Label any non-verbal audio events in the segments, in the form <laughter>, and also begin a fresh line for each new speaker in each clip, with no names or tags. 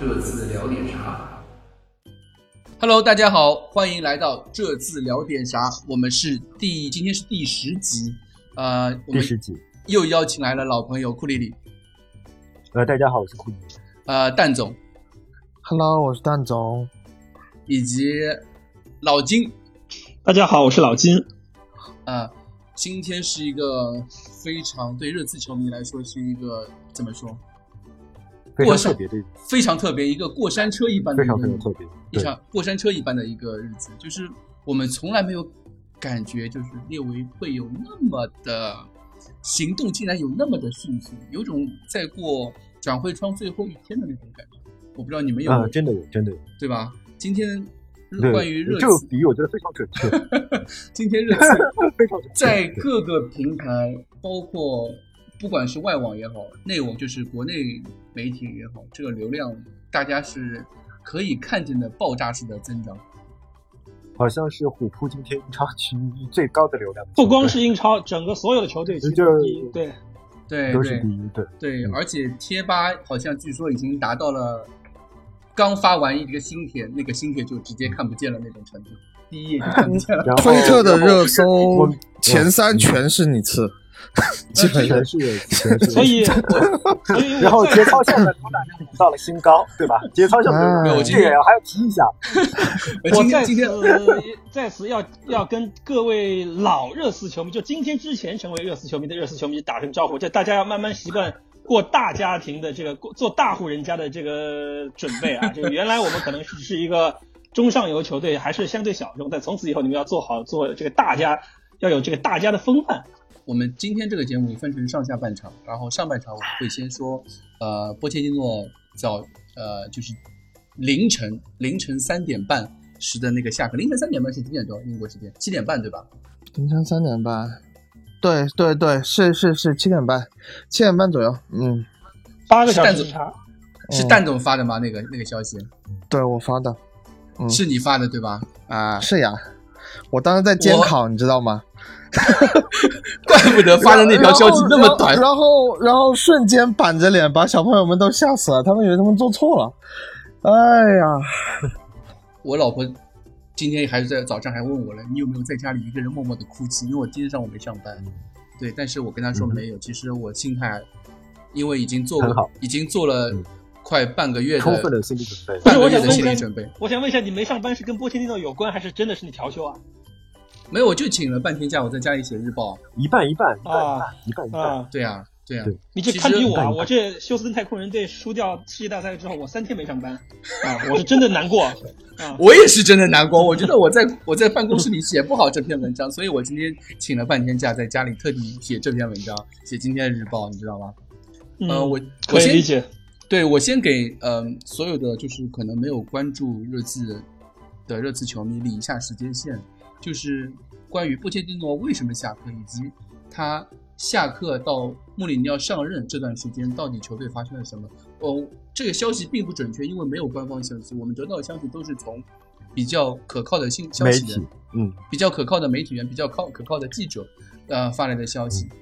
这次聊点啥？
Hello，大家好，欢迎来到这次聊点啥？我们是第今天是第十集，呃，我
第
们
十集。
又邀请来了老朋友库里里，
呃，大家好，我是库里。
呃，蛋总
Hello，我是蛋总。
以及老金，
大家好，我是老金。
呃，今天是一个非常对热刺球迷来说是一个怎么说，
非
过
常
上
特别的，
非常特别一个过山车一般的
非
一
常
个
非常特别。
一
对，
场过山车一般的一个日子，就是我们从来没有感觉，就是列维会有那么的行动，竟然有那么的迅速，有种在过转会窗最后一天的那种感觉。我不知道你们有没有，
嗯，真的有，真的有。
对吧？今天日
对，
关于热
这
刺
个，比喻我觉得非常准
<laughs>
确，
今天热
<laughs>
刺
非常准确。
在
对
各个平台，包括不管是外网也好，内网就是国内媒体也好，这个流量大家是可以看见的爆炸式的增长。
好像是虎扑今天英超区 <laughs> 最高的流量，
不光是英超，整个所有的球队其实
就是
第一对
对，
对都是
对
第一对，
对，
嗯
而且贴吧好像据说已经达到了刚发完一个新帖，那个新帖就直接看不见了那种程度，第一页就看不见
<laughs>
了。
然后
推特的热
我
搜前三全是你次，基本上
全是全是，
哎
所以，所以
然后
我
节
再
操项的主打量也到了新高，对吧？节操项
嗯
的
对我
今
这
天
也要还要提一下，
呃
我
今天
在
今
此
天
呃在此要要跟各位老热刺球迷，就今天之前成为热刺球迷的热刺球迷打声招呼，这大家要慢慢习惯过大家庭的这个过做大户人家的这个准备啊。就原来我们可能是是一个中上游球队，还是相对小众，但从此以后你们要做好做这个大家，要有这个大家的风范。
我们今天这个节目分成上下半场，然后上半场我们会先说，呃，波切蒂诺早呃就是凌晨凌晨三点半时的那个下课，凌晨三点半是几点钟？英国时间七点半对吧？
凌晨三点半。对对对，是是是，七点半，七点半左右。嗯，
八个小
蛋
时
总
时差，
是
嗯
蛋总发的吗？那个那个消息
对我发的嗯
是你发的对吧？啊， <laughs>
是呀，我当时在监考，你知道吗？
怪不得发的那条消息那么短
然，后然后然后瞬间板着脸，把小朋友们都吓死了，他们以为他们做错了。哎呀，
我老婆今天还是在早上还问我了，你有没有在家里一个人默默的哭泣？因为我今天上午没上班，对，但是我跟她说
嗯嗯哼
没有。其实我心态，因为已经做
很好
过，已经做了
嗯
快半个月的
充分的心理准备。
半个月
不是我想
的
问
心理
一下
准备，
我想问一下，你没上班是跟波切蒂诺有关，还是真的是你调休啊？
没有，我就请了半天假，我在家里写日报。
一半一半，一半
啊
一半一半，
啊，
对啊，对啊，
对
你这
其实
堪比我啊！
很
我这休斯顿太空人队输掉世界大赛之后，我三天没上班
嗯
啊，我是真的难过啊。
<laughs> 我也是真的难过。我觉得我在我在办公室里写不好这篇文章，所以我今天请了半天假，在家里特地写这篇文章，写今天的日报，你知道吗？
嗯，
呃，我我
可以
先
理解。
对我先给呃所有的就是可能没有关注热刺的热刺球迷理一下时间线，就是关于布切蒂诺为什么下课，以及他下课到穆里尼奥上任这段时间到底球队发生了什么。哦，这个消息并不准确，因为没有官方消息，我们得到的消息都是从比较可靠的信消
媒
息源
体，嗯，
比较可靠的媒体人、比较靠可靠的记者，呃发来的消息。
嗯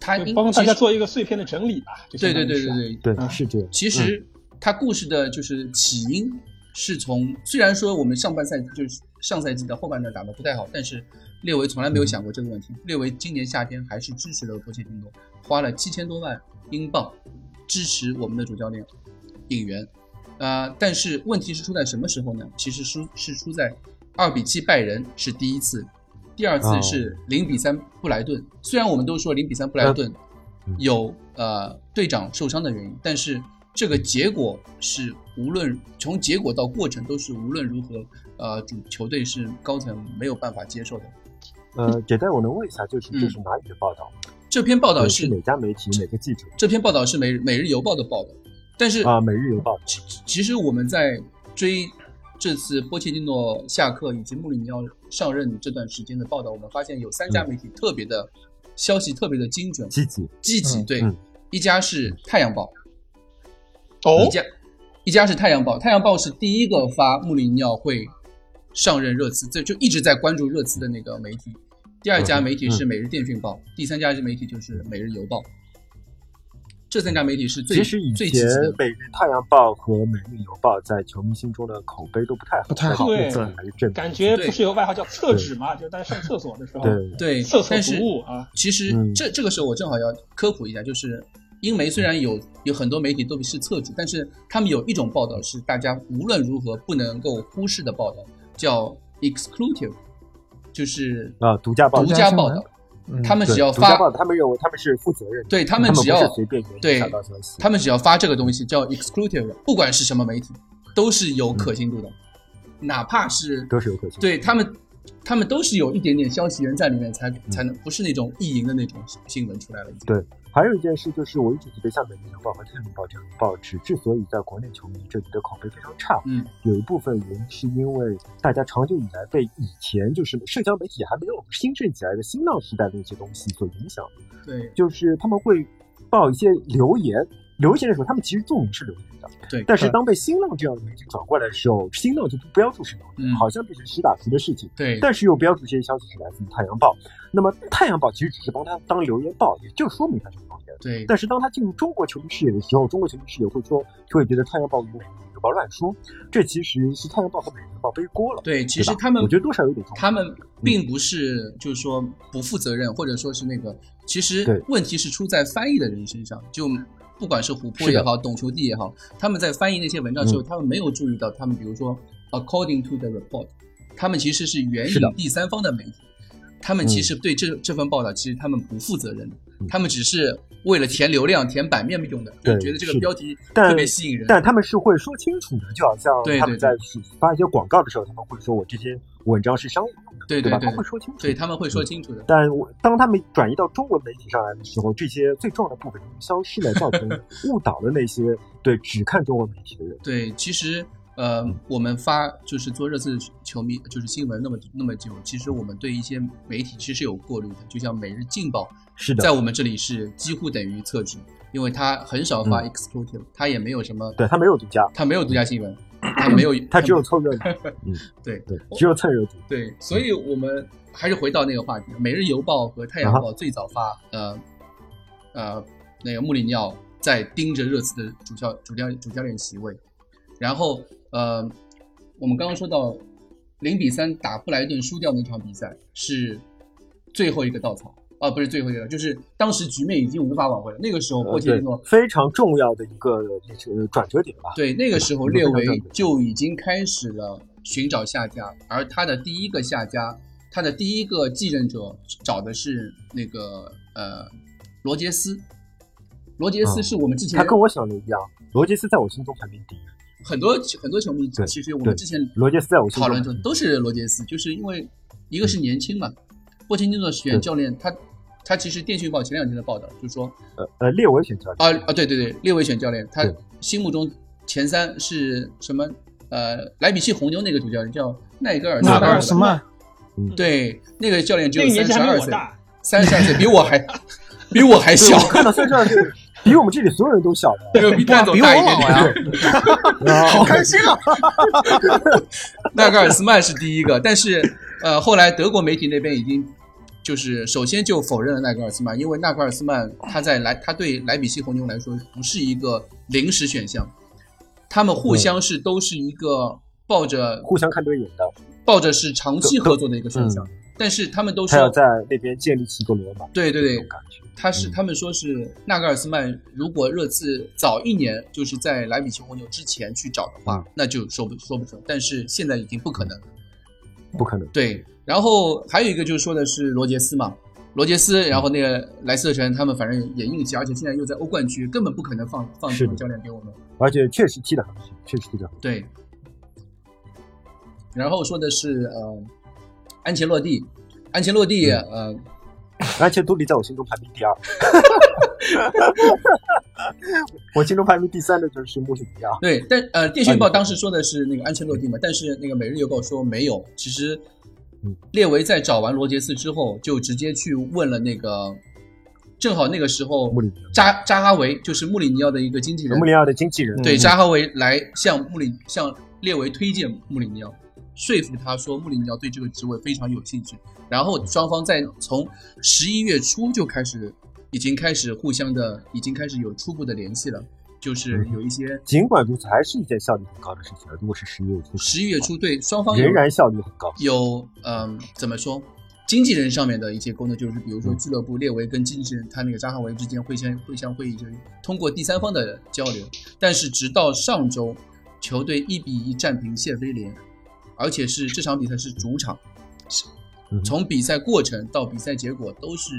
他
就
应
帮大
其
家
实
做一个碎片的整理吧。就
对
相
对
当于
对
是
对对
对，是这样。
其实它故事的就是起因是从，虽然说我们上半赛季就是上赛季的后半段打得不太好，但是列维从来没有想过这个问题。列维今年夏天还是支持了波切蒂诺，花了七千多万英镑支持我们的主教练引援。呃，但是问题是出在什么时候呢？其实出是出在二比七拜仁是第一次，第二次
哦
是零比三布莱顿。虽然我们都说零比三布莱顿
嗯
有呃队长受伤的原因，但是这个结果是无论从结果到过程都是无论如何呃主球队是高层没有办法接受的。
呃，姐代，我能问一下，
嗯
就是这是哪里的报道？
这篇报道
对
呃是
哪家媒体哪个记者
这篇报道是每每日邮报的报道，但是
啊？每日邮报
其其实我们在追这次波切蒂诺下课以及穆里尼奥上任这段时间的报道，我们发现有三
嗯
家媒体特别的、消息特别的精准、
积极
积极。
嗯
对，
嗯
一家是《太阳报》
哦
哦
一，家一家是《太阳报》，《太阳报》是第一个发穆里尼奥会上任热刺，这就一直在关注热刺的那个媒体。
嗯
第二家媒体是《每日电讯报》，第三家媒体就是《每日邮报》。这三家媒体是最
其实以
最
前
积极的
《每日太阳报》和《每日邮报》在球迷心中的口碑都不太好，
不太好
但是
对
这次还是正
感觉不是有外号叫厕纸嘛？就是大家上厕所的时候，
对
对
厕，所
但是
不误啊。
其实
嗯
这这个时候我正好要科普一下，就是英媒虽然有有很多媒体都是侧主，但是他们有一种报道是大家无论如何不能够忽视的报道，叫 exclusive，就是
啊，独家报
独
道，
家报道。
嗯
他们只
对
要
独家
发，
报道，他们认为他们是负责任的，
对他
他
们只要
不是随便给
对
你上到消息，
他们只要发这个东西叫 exclusive，的不管是什么媒体，都是
嗯
有可信度的，哪怕是
都是有可信。
对他们，他们都是有一点点消息源在里面才，才
嗯
能不是那种意淫的那种新闻出来了已经。
还有一件事就是，我一直觉得像《每日邮报》和《太阳报》这样的报纸，之所以在国内球迷这里的口碑非常差，
嗯，
有一部分原因是因为大家长久以来被以前就是社交媒体还没有兴盛起来的新浪时代的一些东西所影响，
对
就是他们会报一些留言。留言的时候，他们其实注明是留言的，
对
但是
对
当被新浪这样的媒体转过来的时候，新浪就不标注是留言，
嗯
好像变成实打实的事情。
对
但是又标注这些消息是来自于《太阳报》，那么《太阳报》其实只是帮他当留言报，也就说明他是留言。
对
但是当他进入中国球迷视野的时候，中国球迷视野会说，就会觉得《太阳报》与《每日邮报》乱说，这其实是《太阳报》和《每日邮报》背锅了。
对，其
对
实
吧
他们
我觉得嗯多少有点冲突
他们并不是就是说不负责任，或者说是那个，其
对
实问题是出在翻译的人身上，就。不管是琥珀
是的嗯
也好，懂球帝也好，他们在翻译那些文章之后，他们没有注意到，他们比如说 according to the report，他们其实是援
是
引
的
第三方的媒体，他们其实对这、这份报道其实他们不负责任的，
嗯
他们只是为了填流量、填版面用的，
对
觉得这
是
个
的
标题
但
特别吸引人。
但他们是会说清楚的，就好像
对
他们
对
在发一些广告的时候，他们会说我这些文章是商业用的，
对
吧？
对
他们会说清楚。
对他们会说清楚的，
但我当他们转移到中文媒体上来的时候，这些最重要的部分已经消失了，造成误导了那些对只看中文媒体的人。
对，其实呃，我们发就是做热刺球迷就是新闻那么那么久，其实我们对一些媒体其实是有过滤的，就像《每日劲报
是》
在我们这里是几乎等于厕纸，因为它很少
嗯
发 exclusive，、它也没有什么，
对他没有独家，
它没有独家新闻，它没有，
嗯他只有凑热
<laughs>
闹，
对
嗯对，只有凑热闹。
对，所以我们还是回到那个话题，《每日邮报》和《太阳
啊哈
报》最早发，呃，呃，那个穆里尼奥在盯着热刺的主教主教主教练席位，然后呃，我们刚刚说到零比三打布莱顿输掉那场比赛是最后一个稻草啊，不是最后一个，就是当时局面已经无法挽回了。那个时候，
呃
波切
对
蒂诺
非常重要的一个呃转折点吧。
对，那个时候列
非常
维
正确
就已经开始了寻找下家，而他的第一个下家，他的第一个继任者找的是那个呃罗杰斯。罗杰斯
嗯
是我们之前
他跟我想的一样，罗杰斯在我心中排名第一，
很多很多球迷
对
其实我
对
们之前
罗杰斯在我心
讨
中
论中都是罗杰斯，就是因为一个是年轻嘛，波切蒂诺选
嗯对
教练他他其实电讯报前两天的报道就说
呃呃列维选教
啊
练
啊，对对对，列维选教练，他
对
心目中前三是什么？呃，莱比锡红牛那个主教练叫奈格尔斯
纳
纳
格
格
尔
尔
斯
斯
曼
曼，
对，那个教练只
那
有
个
三
年纪
十
还没
二
我
岁，
大，
三十二岁比我
<laughs>
还比我还 <laughs> 小
对，我看到三十二岁，比我们这里所有人都小的。
对，比蛋总
比我
大一点
老呀
点。，
好开心啊！
<laughs> 纳格尔斯曼是第一个，但是呃，后来德国媒体那边已经就是首先就否认了纳格尔斯曼，因为纳格尔斯曼他在莱他对莱比锡红牛来说不是一个临时选项，他们互相是都是一个抱着
互相看对眼的，
抱着是长期合作的一个选项，但是他们都
嗯他要
说
在嗯那边建立起一个罗马。
对对对
这种感觉。
他是他们说是纳格尔斯曼，如果热刺早一年就是在莱比锡红牛之前去找的话，
嗯
那就说不说不准，但是现在已经不可能了。
不可能。
对，然后还有一个就是说的是罗杰斯嘛，罗杰
嗯
斯，然后那个莱斯特城他们反正也硬气，而且现在又在欧冠区，根本不可能放放这
是
种
的
教练给我们。
而且确实踢得很好，确实踢得很好。
对，然后说的是呃，安切洛蒂，安切洛蒂、
嗯
呃，
而且杜里在我心中排名第二， <laughs> 我心中排名第三的就是穆啊里尼奥。
对，但呃，电讯报
安切洛蒂
当时说的是那个安切洛蒂嘛，但是那个每日邮报说没有。其实
嗯，
列维在找完罗杰斯之后，就直接去问了那个，正好那个时候
穆里尼奥
扎扎哈维就是穆里尼奥的一个经纪人
穆，里尼奥的经纪人
对
嗯
扎哈维来向穆里向列维推荐穆里尼奥，说服他说穆里尼奥对这个职位非常有兴趣。然后双方在从十一月初就开始已经开始互相的，已经开始有初步的联系了，就是
嗯
有一些
尽管如此，还是一件效率很高的事情。如果是十一月初，
十一月初对双方有
仍然效率很高。
有嗯、怎么说？经纪人上面的一些沟通，就是比如
嗯
说俱乐部列维跟经纪人他那个扎哈维之间会先会相会议，就是通过第三方的交流。但是直到上周，球队一比一战平谢菲联，而且是这场比赛是主场，是
嗯哼
从比赛过程到比赛结果都是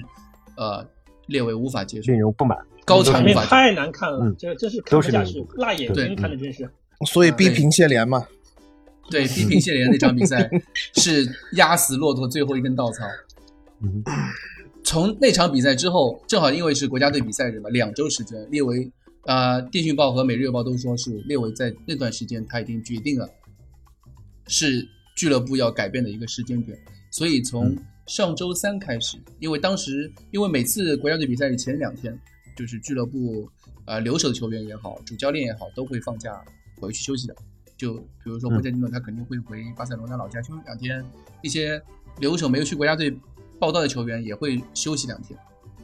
呃列维无法接受
令，人不满，
高
场
产无
面
法接
太难看了
嗯，
这个真是看不下
都是
去
零，
辣眼
对嗯
睛看的真是。
所以逼
对
平谢联嘛。
受。对，批评谢联那场比赛是压死骆驼最后一根稻草。
嗯哼，
从那场比赛之后，正好因为是国家队比赛日嘛，两周时间，列维啊、呃电讯报和每日邮报都说是列维在那段时间他已经决定了，是俱乐部要改变的一个时间点。所以从上周三开始，因为当时因为每次国家队比赛日前两天，就是俱乐部呃留守球员也好，主教练也好，都会放假回去休息的。就比如说
嗯
霍建尼诺，他肯定会回巴塞罗那老家休息两天；一些留守没有去国家队报道的球员也会休息两天。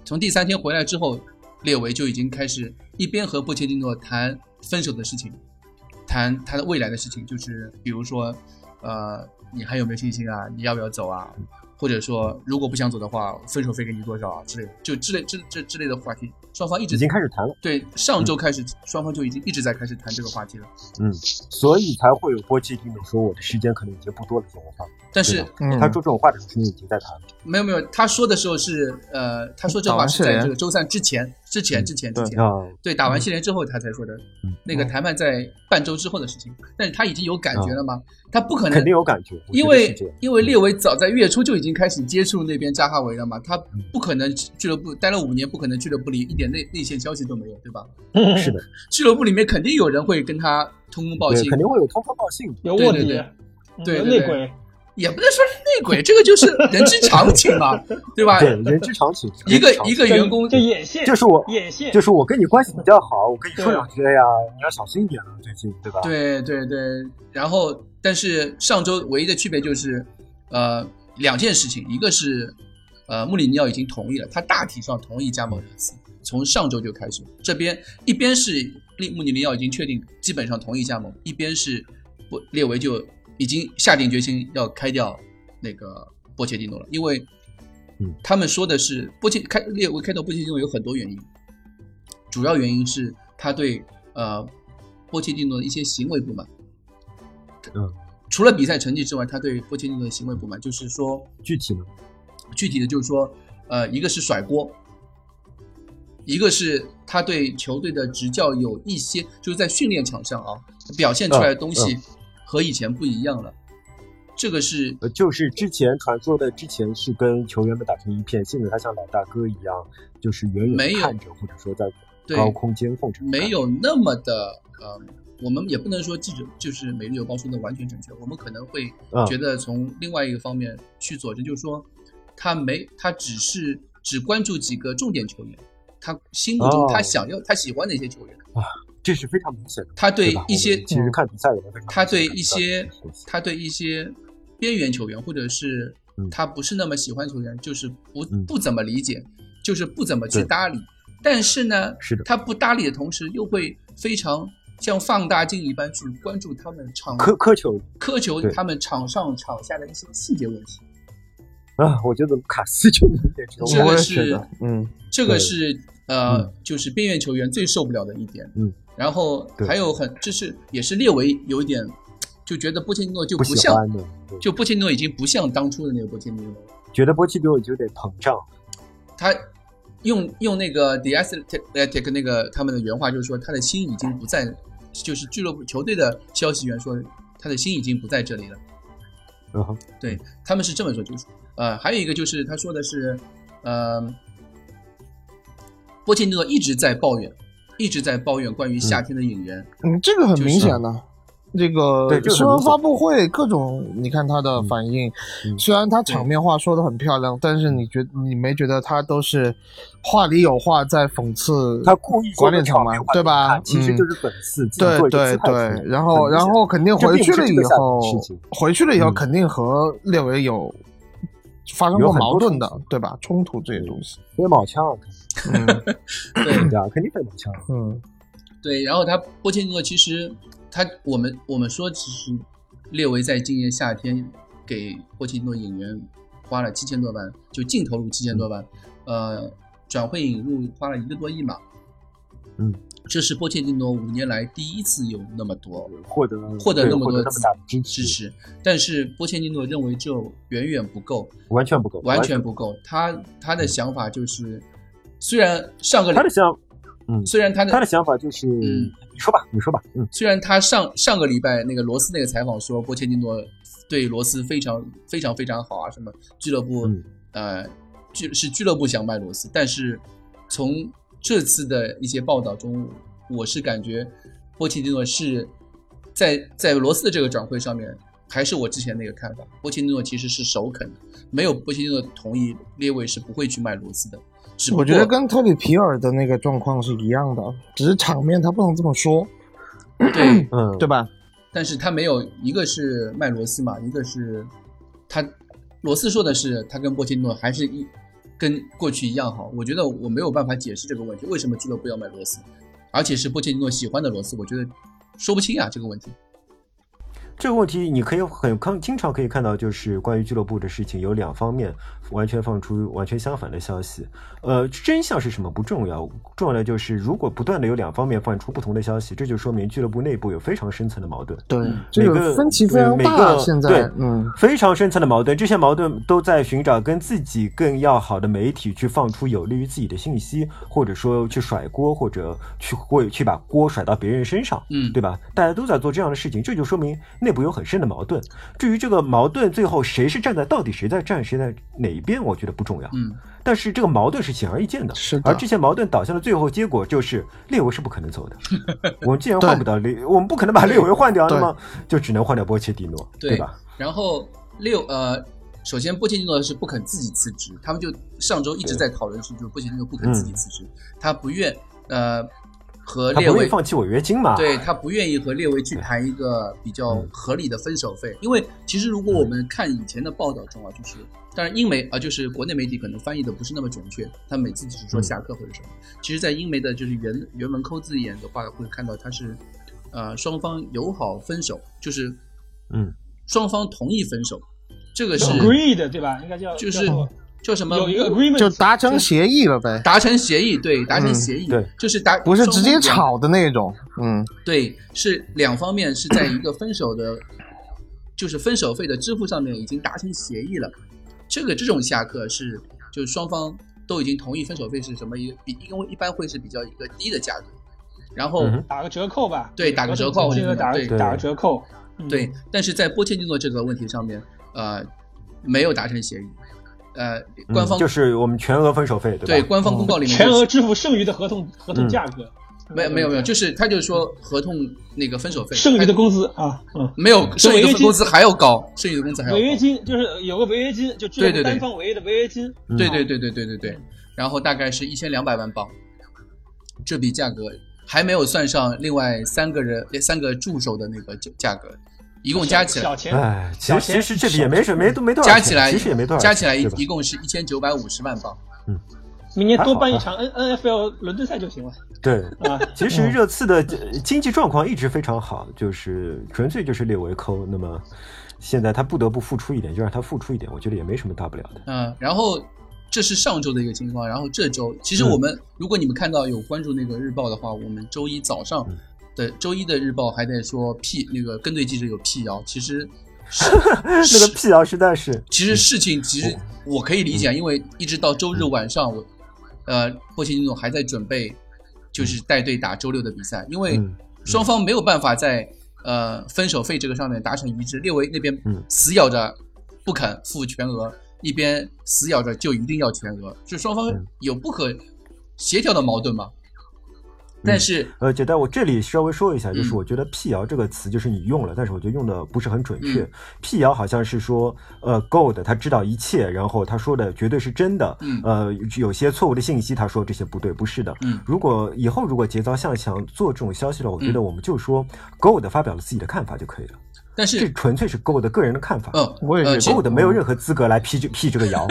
从第三天回来之后，列维就已经开始一边和波切蒂诺谈分手的事情，谈他的未来的事情，就是比如说，呃，你还有没有信心啊？你要不要走啊？或者说，如果不想走的话，分手费给你多少啊？之类的，就之类这这之类的话题，双方一直
已经开始谈了，
对上
嗯
周开始，双方就已经一直在开始谈这个话题了。
所以才会有波切蒂诺说我的时间可能已经不多了这种话。
但是
对的
嗯
他说这种话的时候，已经在谈了。
没有没有，他说的时候是呃，他说这话是
打完谢
在
联
这个周三之前，之前之前之
对
前，
啊，
对，打完系列之后他才说的
嗯，嗯
那个谈判在半周之后的事情，但是他已经有感觉了吗？他不可能
肯定，有感觉，我觉
因
得是
为
这样
因为列维早在月初就已经开始接触那边扎哈维了嘛，他
嗯
不可能俱乐部待了五年，不可能俱乐部里一点内内线消息都没有，对吧？
是的，
俱乐部里面肯定有人会跟他通风嗯报
对，
信，啊
肯定会有通风报信。
有卧
对对对，
底
对
有
对
内
对
鬼，
也不能说是内鬼，这个就是人之常情嘛，啊对吧？
对，人之常情。
一个
人之常
一
情
个员工
就眼线，
就是我，
眼线，
就是我跟你关系比较好，我跟你说
对
两句，哎呀，你要小心一点了，最近，对吧？
对对对，然后但是上周唯一的区别就是，呃，两件事情，一个是，呃，穆里尼奥已经同意了，他大体上同意加盟热刺，从上周就开始。这边一边是利穆里尼奥已经确定基本上同意加盟，一边是不列维就已经下定决心要开掉那个波切蒂诺了，因为
嗯，
他们说的是波切开列维开掉波切蒂诺有很多原因，主要原因是他对呃波切蒂诺的一些行为不满。
嗯，
除了比赛成绩之外，他对波切蒂诺的行为不满，就是说
具体呢？
具体的就是说，呃，一个是甩锅，一个是他对球队的执教有一些就是在训练场上啊表现出来的东西和以前不一样了，这个是
呃，就是之前传说的，之前是跟球员们打成一片，现在他像老大哥一样，就是远远
没
地
有
看着，或者说在
对
高空监控着。
没，有那么的呃，我们也不能说记者就是《每日邮报》说的完全正确，我们可能会
嗯
觉得从另外一个方面去佐证，就是说他没他只是只关注几个重点球员，他心目中
哦
他想要、他喜欢的一些球员，
这是非常明显的。
他对
吧
一些嗯
我们其实看比赛也能非常明显地
他对
看
一
到这
些
种东西
他对一些边缘球员或者是
嗯
他不是那么喜欢球员，就是不
嗯
不怎么理解，就是不怎么去
对
搭理。但是呢，
是的
他不搭理的同时，又会非常像放大镜一般去关注他们场
苛苛求
苛求
对
他们场上场下的一些细节问题。
啊，我觉得卢卡斯就有点这种
这
我
个
也
是
觉得，嗯，
这个
对
是呃，
嗯
就是边缘球员最受不了的一点。
嗯，
然后
对
还有很，这是也是列为有一点，就觉得波切蒂诺就
不
不
喜
像，
欢的，对
就波切蒂诺已经不像当初的那个波切蒂诺了。
觉得波切蒂诺有点膨胀。
他用用那个 d s t e c 那个他们的原话就是说，他的心已经不在，就是俱乐部球队的消息源说，他的心已经不在这里了。
嗯哼，
对，他们是这么说，就是呃，还有一个就是他说的是，呃，波切蒂诺一直在抱怨，一直在抱怨关于夏天的引援，
嗯，这个很明显的。这个
对这个很
新闻
明显
发布会各种，你看他的反应，
嗯
虽然他场面话说的很漂亮，但是你觉你没觉得他都是话里有话在讽刺
他故意说
管
的
理层
场
嘛
面，化
对吧？
看其实
嗯
就是粉丝自己
对
做一个
对
姿态
对
出，来
然后
很明
然
显
后肯定
这
回
并
去
不
了
是这
以
个下
后
面的事情，
回去了以后
嗯
肯定和列维有发生
有
过
很多
矛盾的
冲突，
对吧？冲突这些东西， <clears throat>
飞毛枪啊，
嗯
对
对啊，肯定会蛮强的。
嗯
对，然后他波切蒂诺其实他我们我们说，其实列维在今年夏天给波切蒂诺引援花了七千多万，就净投入七千多万，呃，转会引入花了一个多亿嘛。
嗯，
这是波切蒂诺五年来第一次有那么多
获得
获得
对
那么
获
多
得那么大的支
支持，但是波切蒂诺认为这远远不够，
完全不够，
完全不够。他他的想法就是，虽然上个
他的想，嗯，
虽然他的
他的想法就是，
嗯
你说吧，你说吧，嗯，
虽然他上上个礼拜那个罗斯那个采访说波切蒂诺对罗斯非常非常非常好啊，什么俱乐部、
嗯
呃俱是俱乐部想卖罗斯，但是从这次的一些报道中，我是感觉波切蒂诺是在在罗斯的这个转会上面。还是我之前那个看法，波切蒂诺其实是首肯的，没有波切蒂诺同意，列位是不会去卖罗斯的。只不
我
过
觉得跟托里皮尔的那个状况是一样的，只是场面他不能这么说，
对
嗯，
对
吧？
吧？
但是他没有一个是卖罗斯嘛，一个是他罗斯说的是他跟波切蒂诺还是一跟过去一样好。我觉得我没有办法解释这个问题，为什么俱乐部要卖罗斯，而且是波切蒂诺喜欢的罗斯，我觉得说不清啊这个问题。
这个问题你可以很看，经常可以看到，就是关于俱乐部的事情有两方面完全放出完全相反的消息。呃，真相是什么不重要，重要的就是如果不断的有两方面放出不同的消息，这就说明俱乐部内部有非常深层的矛盾。
对
嗯，
这
每
个
个
分歧非常
每
大。
个
现在
对，
嗯，
非常深层的矛盾，这些矛盾都在寻找跟自己更要好的媒体去放出有利于自己的信息，或者说去甩锅，或者去或去把锅甩到别人身上，
嗯
对吧？大家都在做这样的事情，这就说明内部有很深的矛盾。至于这个矛盾最后谁是站在到底谁在站谁在哪一边，我觉得不重要。
嗯，
但是这个矛盾是显而易见的，
是的
而这些矛盾导向的最后结果就是列维是不可能走的。我们既然换不到列，我们不可能把列维换掉，
对
那么就只能换掉波切蒂诺，
对
吧？
然后六呃，首先波切蒂诺是不肯自己辞职，他们就上周一直在讨论是，就是波切蒂诺不肯自己辞职，他不愿呃和
他
列
不会
位
放弃违约金嘛？
对他不愿意和列维去谈一个比较合理的分手费，因为其实如果我们看以前的报道中啊，就是当然英媒啊，就是国内媒体可能翻译的不是那么准确，他每次只是说下课或者什么，其实，在英媒的就是原原文抠字眼的话，会看到他是呃双方友好分手，就是
嗯，
双方同意分手，这个是
agreed 对吧？应该叫
就是
叫做
叫什么？
有一个 agreement，
就达成协议了呗，
达成协议，对，达成
嗯
协议，
对，
就是达
不是
双
直
方
接
两
吵的那种。嗯，
对，是两方面是在一个分手的，就是分手费的支付上面已经达成协议了。这个这种下课是，就是双方都已经同意分手费是什么一个比，因为一般会是比较一个低的价格，然后、
嗯哼
打个折扣吧，
对打个折扣
这个打
对
个打个折扣，嗯
对，但是在波切蒂诺这个问题上面，呃，没有达成协议，呃，官方、
嗯、就是我们全额分手费，对吧？
对官方公告里面
哦全
就
额
是
支付剩余的合同合同
嗯
价格，
没有没有没有，就是他就说合同那个分手费
嗯剩余的
还
工资啊，嗯。
没有剩余
违约
的
金
工资还要高，剩余的工资还要
违约
高。
金就是有个违约金，就俱
对
乐
对对
部单方违约的违约金。啊
嗯
对对对对对对对，然后大概是一千两百万镑，这笔价格还没有算上另外三个人三个助手的那个价价格，一共加起来
小钱，
哎，其
小
实其
钱
实这笔也没什没没多少钱，
加起来
其实也没多少钱，
加起来一
对吧
一共是一千九百五十万镑。
明年多
还好
办一场 N N F L 伦敦赛就行了
<laughs>
对。
啊。
其实
嗯
热刺的呃经济状况一直非常好，就是纯粹就是列维抠。那么现在他不得不付出一点，就让他付出一点，我觉得也没什么大不了的。 <laughs>
嗯，然后这是上周的一个情况，然后这周其实我们、如果你们看到有关注那个日报的话，我们周一早上的周一的日报还在说辟那个跟队记者有辟谣，其实是
那个辟谣实在是，
其实事情其实我可以理解，因为一直到周日晚上，我呃，波切蒂诺还在准备，就是带队打周六的比赛，因为
嗯
双方没有办法在呃分手费这个上面达成一致。列维那边
嗯
死咬着不肯付全额，一边死咬着就一定要全额，就双方
嗯
有不可协调的矛盾嘛。但是
呃，姐，但我这里稍微说一下，就是
嗯
我觉得“辟谣”这个词就是你用了，但是我觉得用的不是很准确
嗯。
辟谣好像是说，呃，Gold 他知道一切，然后他说的绝对是真的
嗯，
呃，有些错误的信息，他说这些不对，不是的。
嗯
如果以后如果节操向想做这种消息了，我觉得
嗯
我们就说 Gold 发表了自己的看法就可以了，
但
这
是
纯粹是 Gold 个人的看法。
嗯
我也
呃
觉
其实
得
<laughs>
，Gold 没有任何资格来辟这辟这个谣，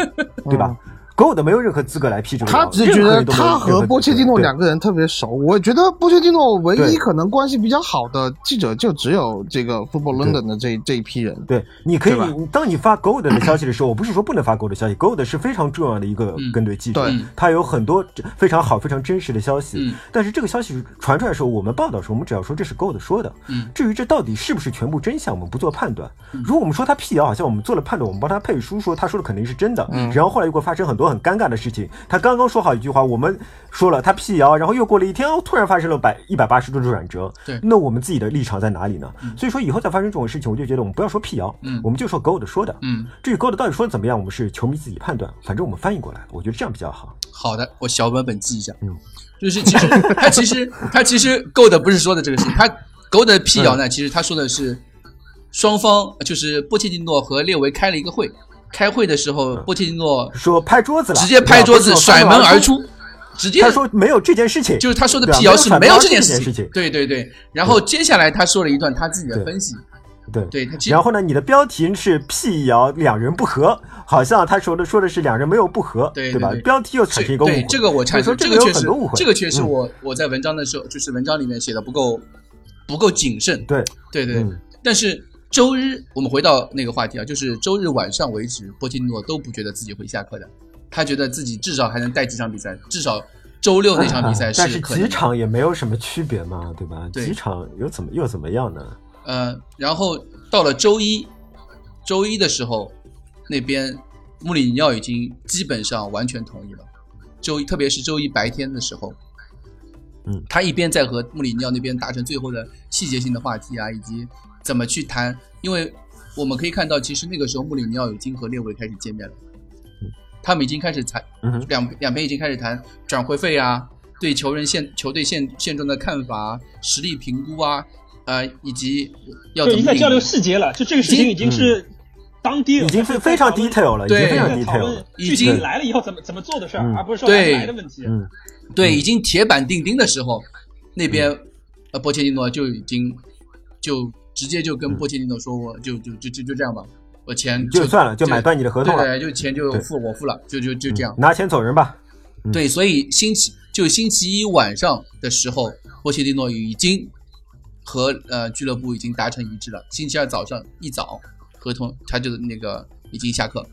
对吧狗的没有任何资格来批这个
嗯他
老
只
任
觉
何
得
人都没有
他
任何
和
资
波切
格
蒂诺
对
两个人特别熟，我觉得波切蒂诺唯
对
一可能关系比较好的记者就只有这个 Football
对
London 的这这一批人。
对，你可以
对吧
你，当你发 Gold 的消息的时候，我不是说不能发 Gold 的消息，Gold 是非常重要的一个
嗯
跟对记者，
对
它有很多非常好、非常真实的消息。
嗯
但是这个消息传出来的时候，我们报道的时候，我们只要说这是 Gold 说的，
嗯
至于这到底是不是全部真相，我们不做判断。如果我们说他辟谣，好像我们做了判断，我们帮他背书，说他说的肯定是真的。
嗯
然后后来又会发生很多很尴尬的事情。他刚刚说好一句话，我们说了他辟谣，然后又过了一天，哦，突然发生了百一百八十度的转折。
对
那我们自己的立场在哪里呢？所以说以后再发生这种事情，我就觉得我们不要说辟谣，
嗯
我们就说 Gold 说的。
嗯，
至于 Gold 到底说的怎么样，我们是球迷自己判断，反正我们翻译过来了，我觉得这样比较好。
好的，我小本本记一下。
嗯，
就是其实
<laughs>
他其实他其实 Gold 不是说的这个事情，他 Gold 的辟谣
嗯
呢，其实他说的是双方就是波切蒂诺和列维开了一个会，开会的时候
嗯
波切蒂诺
说拍桌子了，
直接拍桌子
然后
甩门而。出，直接
他说没有这件事情，
就是他说的
对啊
辟谣是
没
没
有
有
反
这件
驳这件
事
事
情
情，
对对对。然后接下来他说了一段他自己的分析，
对
对他其实
然后呢，你的标题是辟谣两人不和，好像他说的说的是两人没有不和，
对
吧
对对？
标题又产生一个误
对
会，
这个我
所
产
以说
生，
这
这
个
个
有
确
很
实
多误会，
这个确实
嗯
我我在文章的时候，就是文章里面写的不够不够谨慎，
对
对对。
嗯
但是周日我们回到那个话题啊，就是周日晚上为止，波切蒂诺都不觉得自己会下课的，他觉得自己至少还能带几场比赛，至少周六那场比赛
啊但是
可能
几场也没有什么区别嘛，对吧？
对
几场又怎么又怎么样呢？
呃，然后到了周一，周一的时候，那边穆里尼奥已经基本上完全同意了。周一，特别是周一白天的时候，
嗯，
他一边在和穆里尼奥那边达成最后的细节性的话题啊，以及怎么去谈，因为我们可以看到，其实那个时候穆里尼奥已经和列维开始见面了，他们已经开始谈
嗯哼，
两两边已经开始谈转会费啊，对球人现球队现现状的看法啊、实力评估啊，呃，以及要
就
怎么
已经在
定
交流
义
细节了，就这个事情已经是当地
嗯已经非非常 detail 了，已经
对
非常
在讨
detail
论
了，
已
具体
经
来了以后怎么怎么做的事
嗯
儿，而不是说
对
来的问题。
嗯，嗯
对，已经铁板钉钉的时候，那边、呃波切蒂诺就已经就直接就跟
嗯
波切蒂诺说，我就就就就就这样吧，我钱
就算了，就买断你的合同
对
了，
对，就钱就
对
付我付了，就就就这样
嗯。拿钱走人吧。嗯
对，所以星期就星期一晚上的时候，波切蒂诺已经和呃俱乐部已经达成一致了。星期二早上一早，合同他就那个已经下课。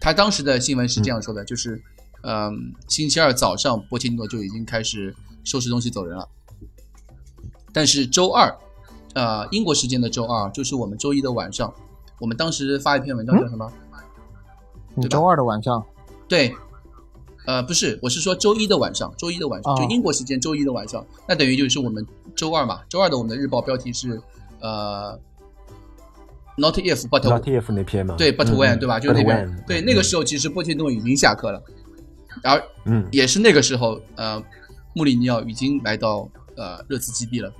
他当时的新闻是这样说的，就是嗯、星期二早上波切蒂诺就已经开始收拾东西走人了。但是周二，呃，英国时间的周二，就是我们周一的晚上，我们当时发一篇文章叫什么？
你
对吧
周二的晚上，
对，呃，不是，我是说周一的晚上，周一的晚上，
哦
就英国时间周一的晚上，那等于就是我们周二嘛。周二的我们的日报标题是呃，Not if but
老
when
TF 那篇嘛，
对，but
嗯
when、
嗯
对吧？就
but
那边
when，
对那个
嗯
时候，其实波切蒂诺已经下课了，而
嗯，
也是那个时候，呃，穆里尼奥已经来到呃热刺基地了。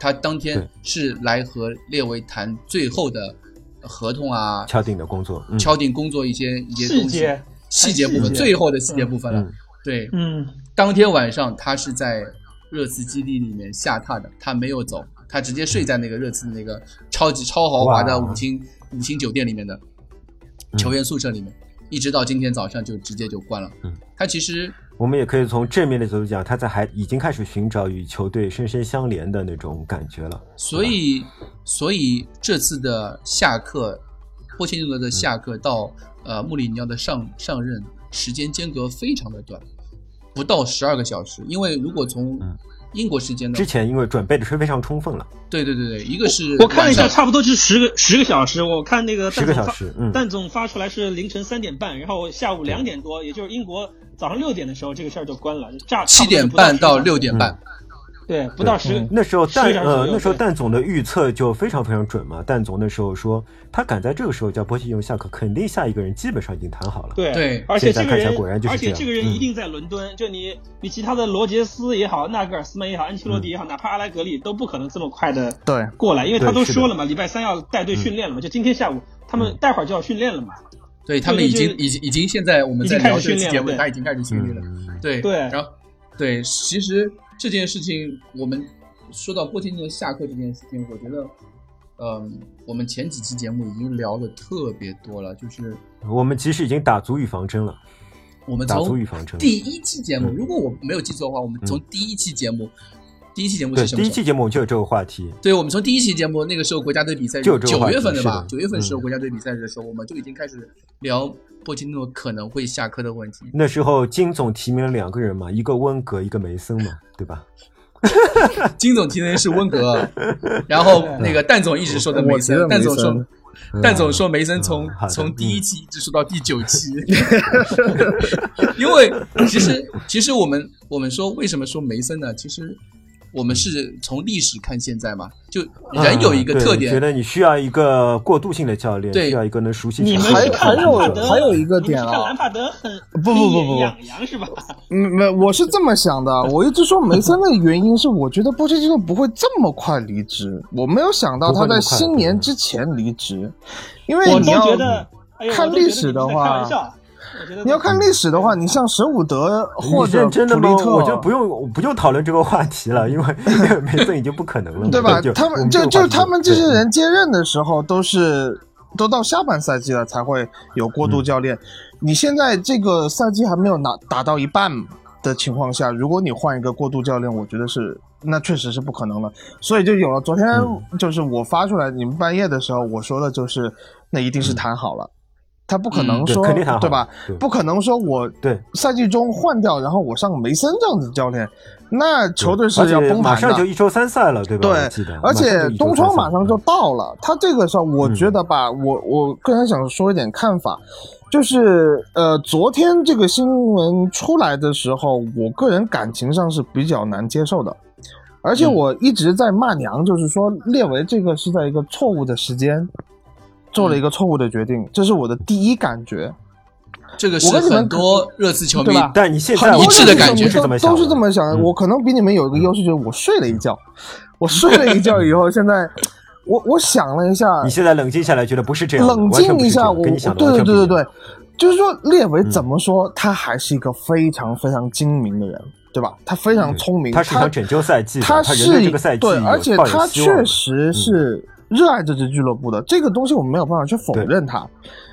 他当天
对
是来和列维谈最后的合同啊，
敲定的工作，嗯
敲定工作一些一些
细
东西
节，
细节部
细
分，
节
最后的细节部分了。
嗯
对，
嗯，
当天晚上他是在热刺基地里面下榻的，他没有走，他直接睡在那个热刺那个超级超豪华的
哇
五星五星酒店里面的
嗯
球员宿舍里面，一直到今天早上就直接就关了。
嗯，
他其实
我们也可以从正面的角度讲，他在还已经开始寻找与球队深深相连的那种感觉了。
所以所以这次的下课，波切蒂诺的下课到、呃穆里尼奥的上上任时间间隔非常的短，不到十二个小时，因为如果从
嗯
英国时间的
之前因为准备的是非常充分了，
对对对对，一个是
我看了一下，
晚上
差不多就是十个十个小时。我看那个
十
蛋
个
总
小
发
时，嗯，
蛋总发出来是凌晨三点半，然后下午两点多，也就是英国早上六点的时候，这个事儿就关了。炸
七点半到六，点半，
对，不到十
嗯
个。
那时候
十个
蛋
小时
呃
左右
那时候
对
蛋总的预测就非常非常准嘛，蛋总那时候说他敢在这个时候叫波切蒂诺下课，肯定下一个人基本上已经谈好了。
对啊
对
而且这个
现在看起来
人，
果然就是
而
这样
且这
嗯
个人一定在伦敦。就你，你其他的罗杰斯也好，纳格尔斯曼也好，安切洛蒂也好，哪怕阿莱格里都不可能这么快的
嗯对，嗯
过来，因为他
对
都
是的
说了嘛，礼拜三要带队训练了嘛，就今天下午他们待会儿就要训练了嘛。
对他们已
就是
经已经已经现在我们在聊这期节目，
已经开始训练了对
他已经开始训练了，
嗯，
对
对
然后对，其实这件事情我们说到波切蒂诺下课这件事情，我觉得，嗯，我们前几期节目已经聊的特别多了，就是
我们其实已经打足预防针了。
我们
打足
从
预防针。
第一期节目，
嗯
如果我没有记错的话，我们从第一期节目，第一期节目
对，
是什么
第
时
一
候？
期节目就有这个话题，
对，我们从第一期节目那个时候国家队比赛日
就有这个
九
话题
月份的吧
是，的
九月份时候
嗯
国家队比赛日的时候，我们就已经开始聊波切蒂诺可能会下课的问
<laughs>
题。
那时候金总提名了两个人嘛，一个温格，一个梅森嘛，对吧？
金总提的是温
<laughs>
格，然后那个蛋总一直说的梅
我觉得
森，
梅
蛋
森
总说
嗯
蛋总说梅森从
嗯好的
从第一期一直说到第九期，
嗯
<laughs> 因为其实其实我们我们说为什么说梅森呢？其实我们是从历史看现在嘛，就 <laughs> 人有一个
啊对
特
我觉
点，
得你需要一个过渡性的教练，
对
需要一个能熟悉
你们
球
还
是
队的
看
还
教
兰
有
帕德
练
还有一
你
个
们
点
是
啊
看兰帕德很
不不不不
一眼痒痒是吧？
嗯，没，我是这么想的。我一直说梅森的原因是，我觉得波切蒂诺不会这么快离职。我没有想到他在新年之前离职，因为
我
你
都
要
觉得，哎呦，
看
我都觉得
历史的
你们在
话
开玩笑，啊我觉得
你要看历史的话，你像舍伍德或
你
者
认真的
普
吗？
利特，
我就不用我不用讨论这个话题了，因
<laughs>
为因为梅森已经不可能了嘛，
对吧
嗯就？
他
我
们
们
就
这个
就
话题
他们这些
对
人接任的时候都是都到下半赛季了才会有过
嗯
渡教练。你现在这个赛季还没有拿打到一半的情况下，如果你换一个过渡教练，我觉得是那确实是不可能了。所以就有了昨天
嗯
就是我发出来你们半夜的时候，我说的就是那一定是谈好了。他不可能
嗯对
说，
肯定谈好
对吧？？
对
不可能说我
对
赛季中换掉，然后我上梅森这样子教练，那球队是
而且
要崩盘的。
马上就一周三赛了，对吧？
对
我记得，
而且冬窗马上就
马
到了，他这个时候我
嗯
觉得吧，我我个人想说一点看法，就是呃，昨天这个新闻出来的时候，我个人感情上是比较难接受的，而且
嗯
我一直在骂娘，就是说列维这个是在一个错误的时间。做
嗯
了一个错误的决定，这是我的第一感觉。
这个是
我跟你们
很多热刺球迷
对吧
上但你现在
一
很多
我
致的
人
感觉
都
是这么想
都
的，
是这么想的。
嗯
我可能比你们有一个优势，就是我睡了一觉，我睡了一觉以后，现在我我想了一
<laughs>
下，
你现在冷静下来，觉得不是这样的，
冷
完全
静
不
一
是这
下，
样
我
跟你想的
对
完
对
全不一
对对
样嗯
对，就是说列维怎么说，他还是一个非常非常精明的人，对吧？他非常聪明，
他是想拯救赛季的，
他
他人
是
对
一
这个赛季
对，
有
而且
抱有
他
希望
确
的嗯
实是热爱这支俱乐部的，这个东西我们没有办法去否认他，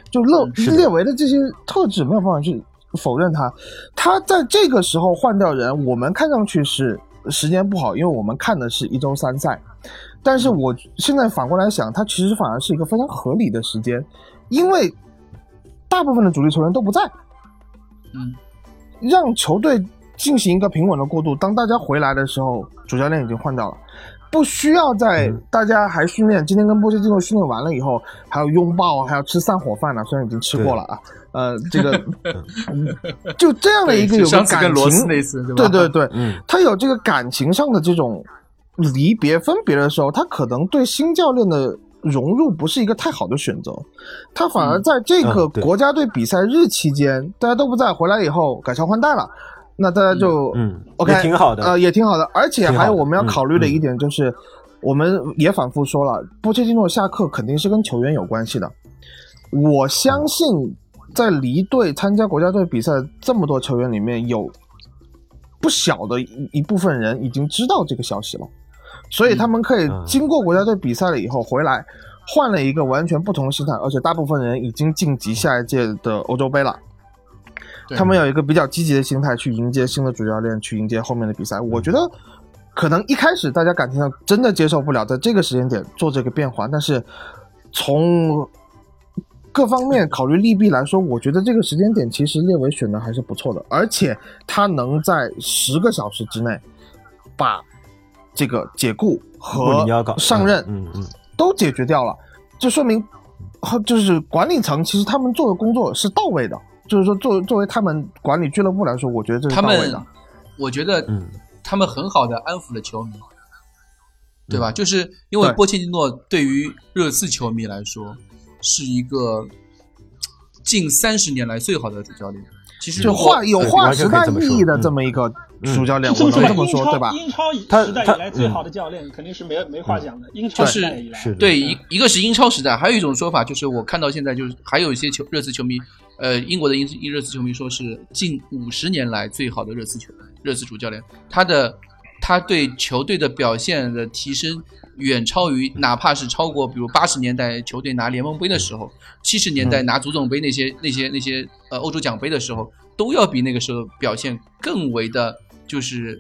就勒
嗯是的
列维的这些特质没有办法去否认他。他在这个时候换掉人，我们看上去是时间不好，因为我们看的是一周三赛，但
嗯
是我现在反过来想，他其实反而是一个非常合理的时间，因为大部分的主力球员都不在，
嗯，
让球队进行一个平稳的过渡。当大家回来的时候，主教练已经换掉了，不需要在
嗯
大家还训练，今天跟波切蒂诺训练完了以后，还要拥抱，还要吃散伙饭呢、虽然已经吃过了啊，呃，这个 <laughs> 嗯就这样的一个有个
上次跟
感
罗斯
情，
那次对吧？
对对对，
嗯，
他有这个感情上的这种离别分别的时候，他可能对新教练的融入不是一个太好的选择，他反而在这个
嗯对
国家队比赛日期间，大家都不在，回来以后改朝换代了，那大家就
嗯嗯
OK
也挺好的
呃，也挺好的。而且还有
挺好的
我们要考虑的
嗯
一点就是，我们也反复说了，波切蒂诺下课肯定是跟球员有关系的。我相信，在离队参加国家队比赛这么多球员里面，有不小的一一部分人已经知道这个消息了，所以他们可以
嗯
经过国家队比赛了以后回来，换了一个完全不同的心态，而且大部分人已经晋级下一届的欧洲杯了。
对
他们要有一个比较积极的心态去迎接新的主教练，去迎接后面的比赛。我觉得可能一开始大家感情上真的接受不了，在这个时间点做这个变化，但是从各方面考虑利弊来说，我觉得这个时间点其实列维选的还是不错的，而且他能在十个小时之内把这个解雇
布
和
里尼奥搞
上任
嗯嗯，
都解决掉了，这说明，呃就是管理层其实他们做的工作是到位的。就是说，作作为他们管理俱乐部来说，我觉得这是
他
到位
们
的。，
我觉得
嗯
他们很好的安抚了球迷，对吧？就是因为
对
波切蒂诺对于热刺球迷来说是一个近三十年来最好的主教练。其实
就
如果
划有
对
划
呃完全
时
可以
代
这么说
意义的
嗯
这么一个
嗯
主教练，
这
我
么说吧，
能这么说
英超
对吧？
英超
他嗯
时代以来最好的教练肯定是没有没话讲的，英超时代以来
是的
对一一个是英超时代，还有一种说法就是我看到现在就是还有一些球热刺球迷，呃，英国的英英热刺球迷说是近五十年来最好的热刺球热刺主教练，他的他对球队的表现的提升远超于哪怕是超过比如八十年代球
嗯
队拿联盟杯的时候，七十年代拿足总杯那些那些那些呃欧洲奖杯的时候，都要比那个时候表现更为的，就是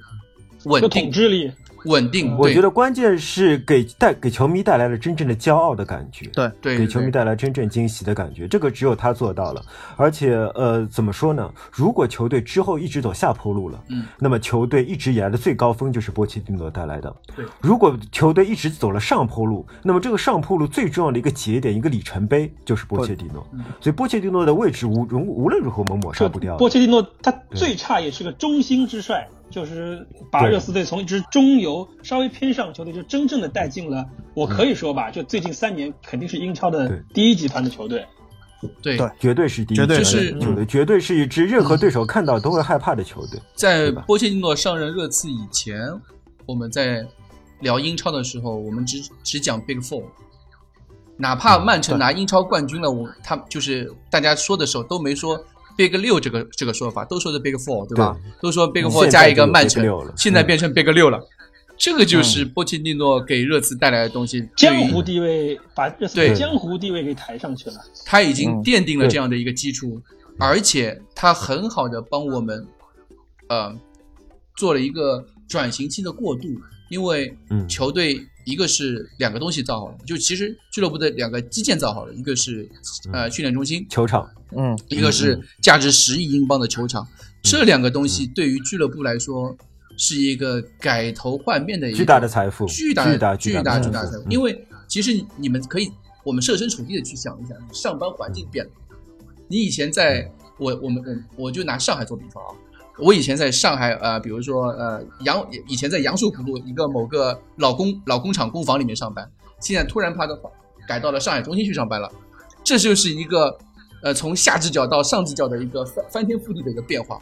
稳
就统
定，
治力，
稳定。
我
对
觉得关键是给带给球迷带来了真正的骄傲的感觉。
对
对
给球迷
对
带来真正惊喜的感觉，这个只有他做到了。而且，呃，怎么说呢？如果球队之后一直走下坡路了，
嗯，
那么球队一直以来的最高峰就是波切蒂诺带来的。
对，
如果球队一直走了上坡路，那么这个上坡路最重要的一个节点、一个里程碑就是波切蒂诺。
哦嗯
所以，波切蒂诺的位置无无无论如何我们抹杀
就
不掉的。
波切蒂诺他最差也是个中心之帅，就是把
对
热刺队从一支中游稍微偏上球队，就真正的带进了。我可以说吧，就最近三年肯定是英超的
嗯对
第一集团的球队。
对
对
绝对是第一
绝对
是嗯
球队，绝对是一支任何对手看到都会害怕的球队。
在
对吧
波切蒂诺上任热刺以前，我们在聊英超的时候，我们只只讲 Big Four，哪
嗯
怕曼城
对
拿英超冠军了，我他就是大家说的时候都没说 Big 六这个这个说法，都说是 Big Four 对吧？都说 Big
嗯
Four
现在
加一个
就有
曼
Big
城
六了，
现在
嗯
变成 Big 六了，这个就是波切蒂诺给热刺带来的东西，
江
对于
湖地位把热刺
对
队江湖地位给抬上去了，
他已经
嗯
奠定了
对
这样的一个基础，而且他很好的帮我们，呃，做了一个转型期的过渡，因为
嗯
球队一个是两个东西造好了，就其实俱乐部的两个基建造好了，一个是呃训练中心，
球场，
嗯，
一个是价值十亿英镑的球场，这两个东西对于俱乐部来说是一个改头换面的一个
巨大的财富，
巨大
巨大
巨
大
大
的
巨大
财
财
富
富，
嗯
因为其实你们可以，我们设身处地的去想一想，上班环境变了。你以前在我我们我我就拿上海做比方啊，我以前在上海呃，比如说呃杨以前在杨树浦路一个某个老工老工厂工房里面上班，现在突然怕到改到了上海中心去上班了，这就是一个呃从下至脚到上至脚的一个翻翻天覆地的一个变化，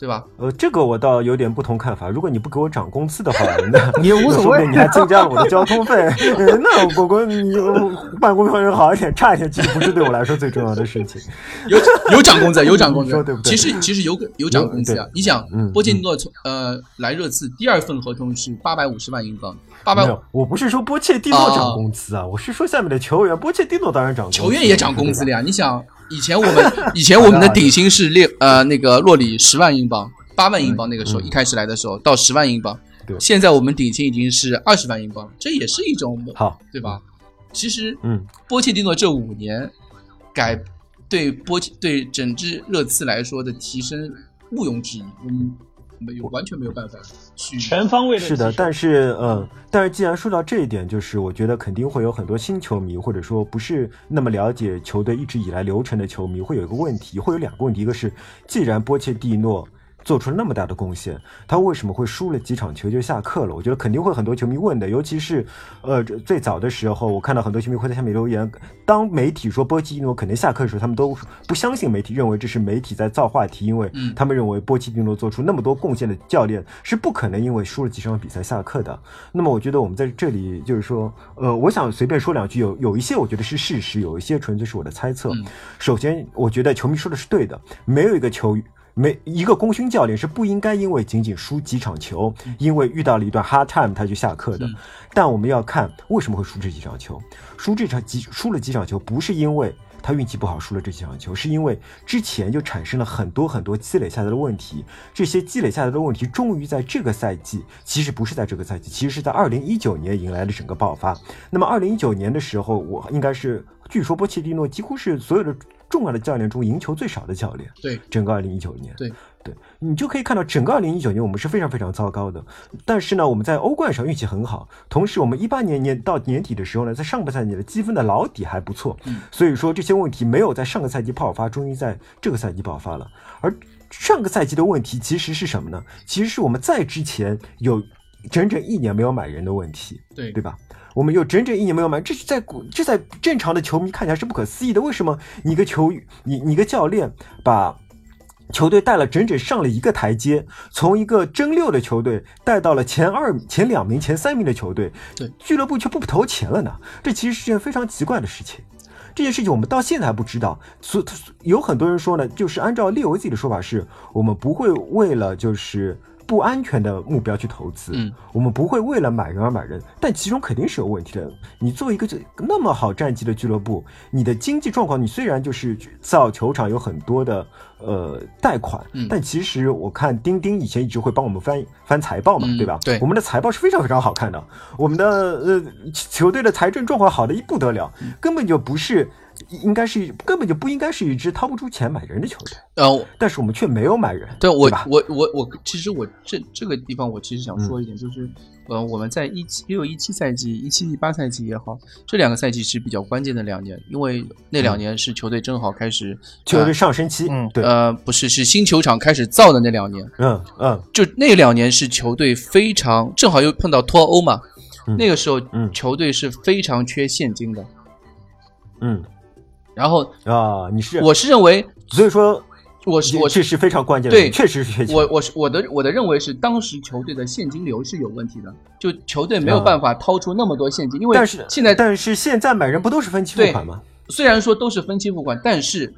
对吧？
呃，这个我倒有点不同看法。如果你不给我涨工资的
<laughs>
话，那
也无
那
所谓
说不定你还增加了我的交通费， <laughs> 呃那我我你我办公效率好一点，差一点，其实不是对我来说最重要的事情。
<laughs> 有有涨工资，有涨工资
你说对不，对
其实其实有有涨工资啊
有对！
你想
嗯，
波切蒂诺从呃来热刺第二份合同是八百五十万英镑，八
没
百
有，我不是说波切蒂诺涨工资啊，我是说下面的球员，波切蒂诺当然涨工资，
球员也涨工资了
对吧。
呀！你想，以前我们以前我们的底薪是六呃那个洛里十万英镑，八万英镑那个时候
嗯
一开始来的时候到十万英镑
对，
现在我们底薪已经是二十万英镑，这也是一种
好，
对吧？其实，
嗯，
波切蒂诺这五年改对波切对整支热刺来说的提升毋庸置疑，我们没有完全没有办法去
全方位的
是的
提，升
但是嗯，但是既然说到这一点，就是我觉得肯定会有很多新球迷，或者说不是那么了解球队一直以来流程的球迷，会有一个问题，会有两个问题，一个是既然波切蒂诺。做出了那么大的贡献，他为什么会输了几场球就下课了？我觉得肯定会很多球迷问的，尤其是，呃，这最早的时候，我看到很多球迷会在下面留言，当媒体说波切蒂诺可能下课的时候，他们都不相信媒体，认为这是媒体在造话题，因为
嗯
他们认为波切蒂诺做出那么多贡献的教练是不可能因为输了几场比赛下课的。那么我觉得我们在这里就是说，呃，我想随便说两句，有有一些我觉得是事实，有一些纯粹是我的猜测。
嗯
首先，我觉得球迷说的是对的，没有一个球。没一个功勋教练是不应该因为仅仅输几场球，因为遇到了一段 hard time 他就下课的
嗯。
但我们要看为什么会输这几场球，输这场几输了几场球，不是因为他运气不好输了这几场球，是因为之前就产生了很多很多积累下来的问题，这些积累下来的问题终于在这个赛季，其实不是在这个赛季，其实是在二零一九年迎来了整个爆发。那么二零一九年的时候，我应该是据说波切蒂诺几乎是所有的重要的教练中赢球最少的教练。
对
整个二零一九年。
对
对，你就可以看到整个二零一九年我们是非常非常糟糕的，但是呢，我们在欧冠上运气很好，同时我们一八年年到年底的时候呢，在上半赛季的积分的老底还不错，
嗯
所以说这些问题没有在上个赛季爆发，终于在这个赛季爆发了，而。上个赛季的问题其实是什么呢？其实是我们在之前有整整一年没有买人的问题。
对
对吧？我们有整整一年没有买，这是在古这在正常的球迷看起来是不可思议的。为什么你一个球你你一个教练把球队带了整整上了一个台阶，从一个争六的球队带到了前二、前两名、前三名的球队，
对
俱乐部却不投钱了呢？这其实是件非常奇怪的事情。这件事情我们到现在还不知道，所有很多人说呢，就是按照列维自己的说法是，我们不会为了就是。不安全的目标去投资。
嗯，
我们不会为了买人而买人，但其中肯定是有问题的。你作为一个这那么好战绩的俱乐部，你的经济状况，你虽然就是造球场有很多的呃贷款，
嗯
但其实我看钉钉以前一直会帮我们翻翻财报嘛，
嗯
对吧？
对
我们的财报是非常非常好看的，我们的呃球队的财政状况好的一不得了，
嗯
根本就不是。应该是根本就不应该是一支掏不出钱买人的球队，
呃，
但是我们却没有买人，
对我
吧？嗯
我我我，其实我这这个地方我其实想说一点，就是呃，我们在一七一六一七赛季、一七一八赛季也好，这两个赛季是比较关键的两年，因为那两年是球队正好开始
嗯球队上升期，
嗯
对，
呃，不是是新球场开始造的那两年，
嗯嗯
就那两年是球队非常正好又碰到脱欧嘛，
嗯
那个时候
嗯
球队是非常缺现金的。
嗯
然后
啊，你是
我是认为，
所以说，
我是我是
这是非常关键的，
对
确实是缺钱，
我我是我的我的认为是当时球队的现金流是有问题的，就球队没有办法掏出那么多现金，因为
啊但是
现在
但是现在买人不都是分期付款吗？
虽然说都是分期付款，但是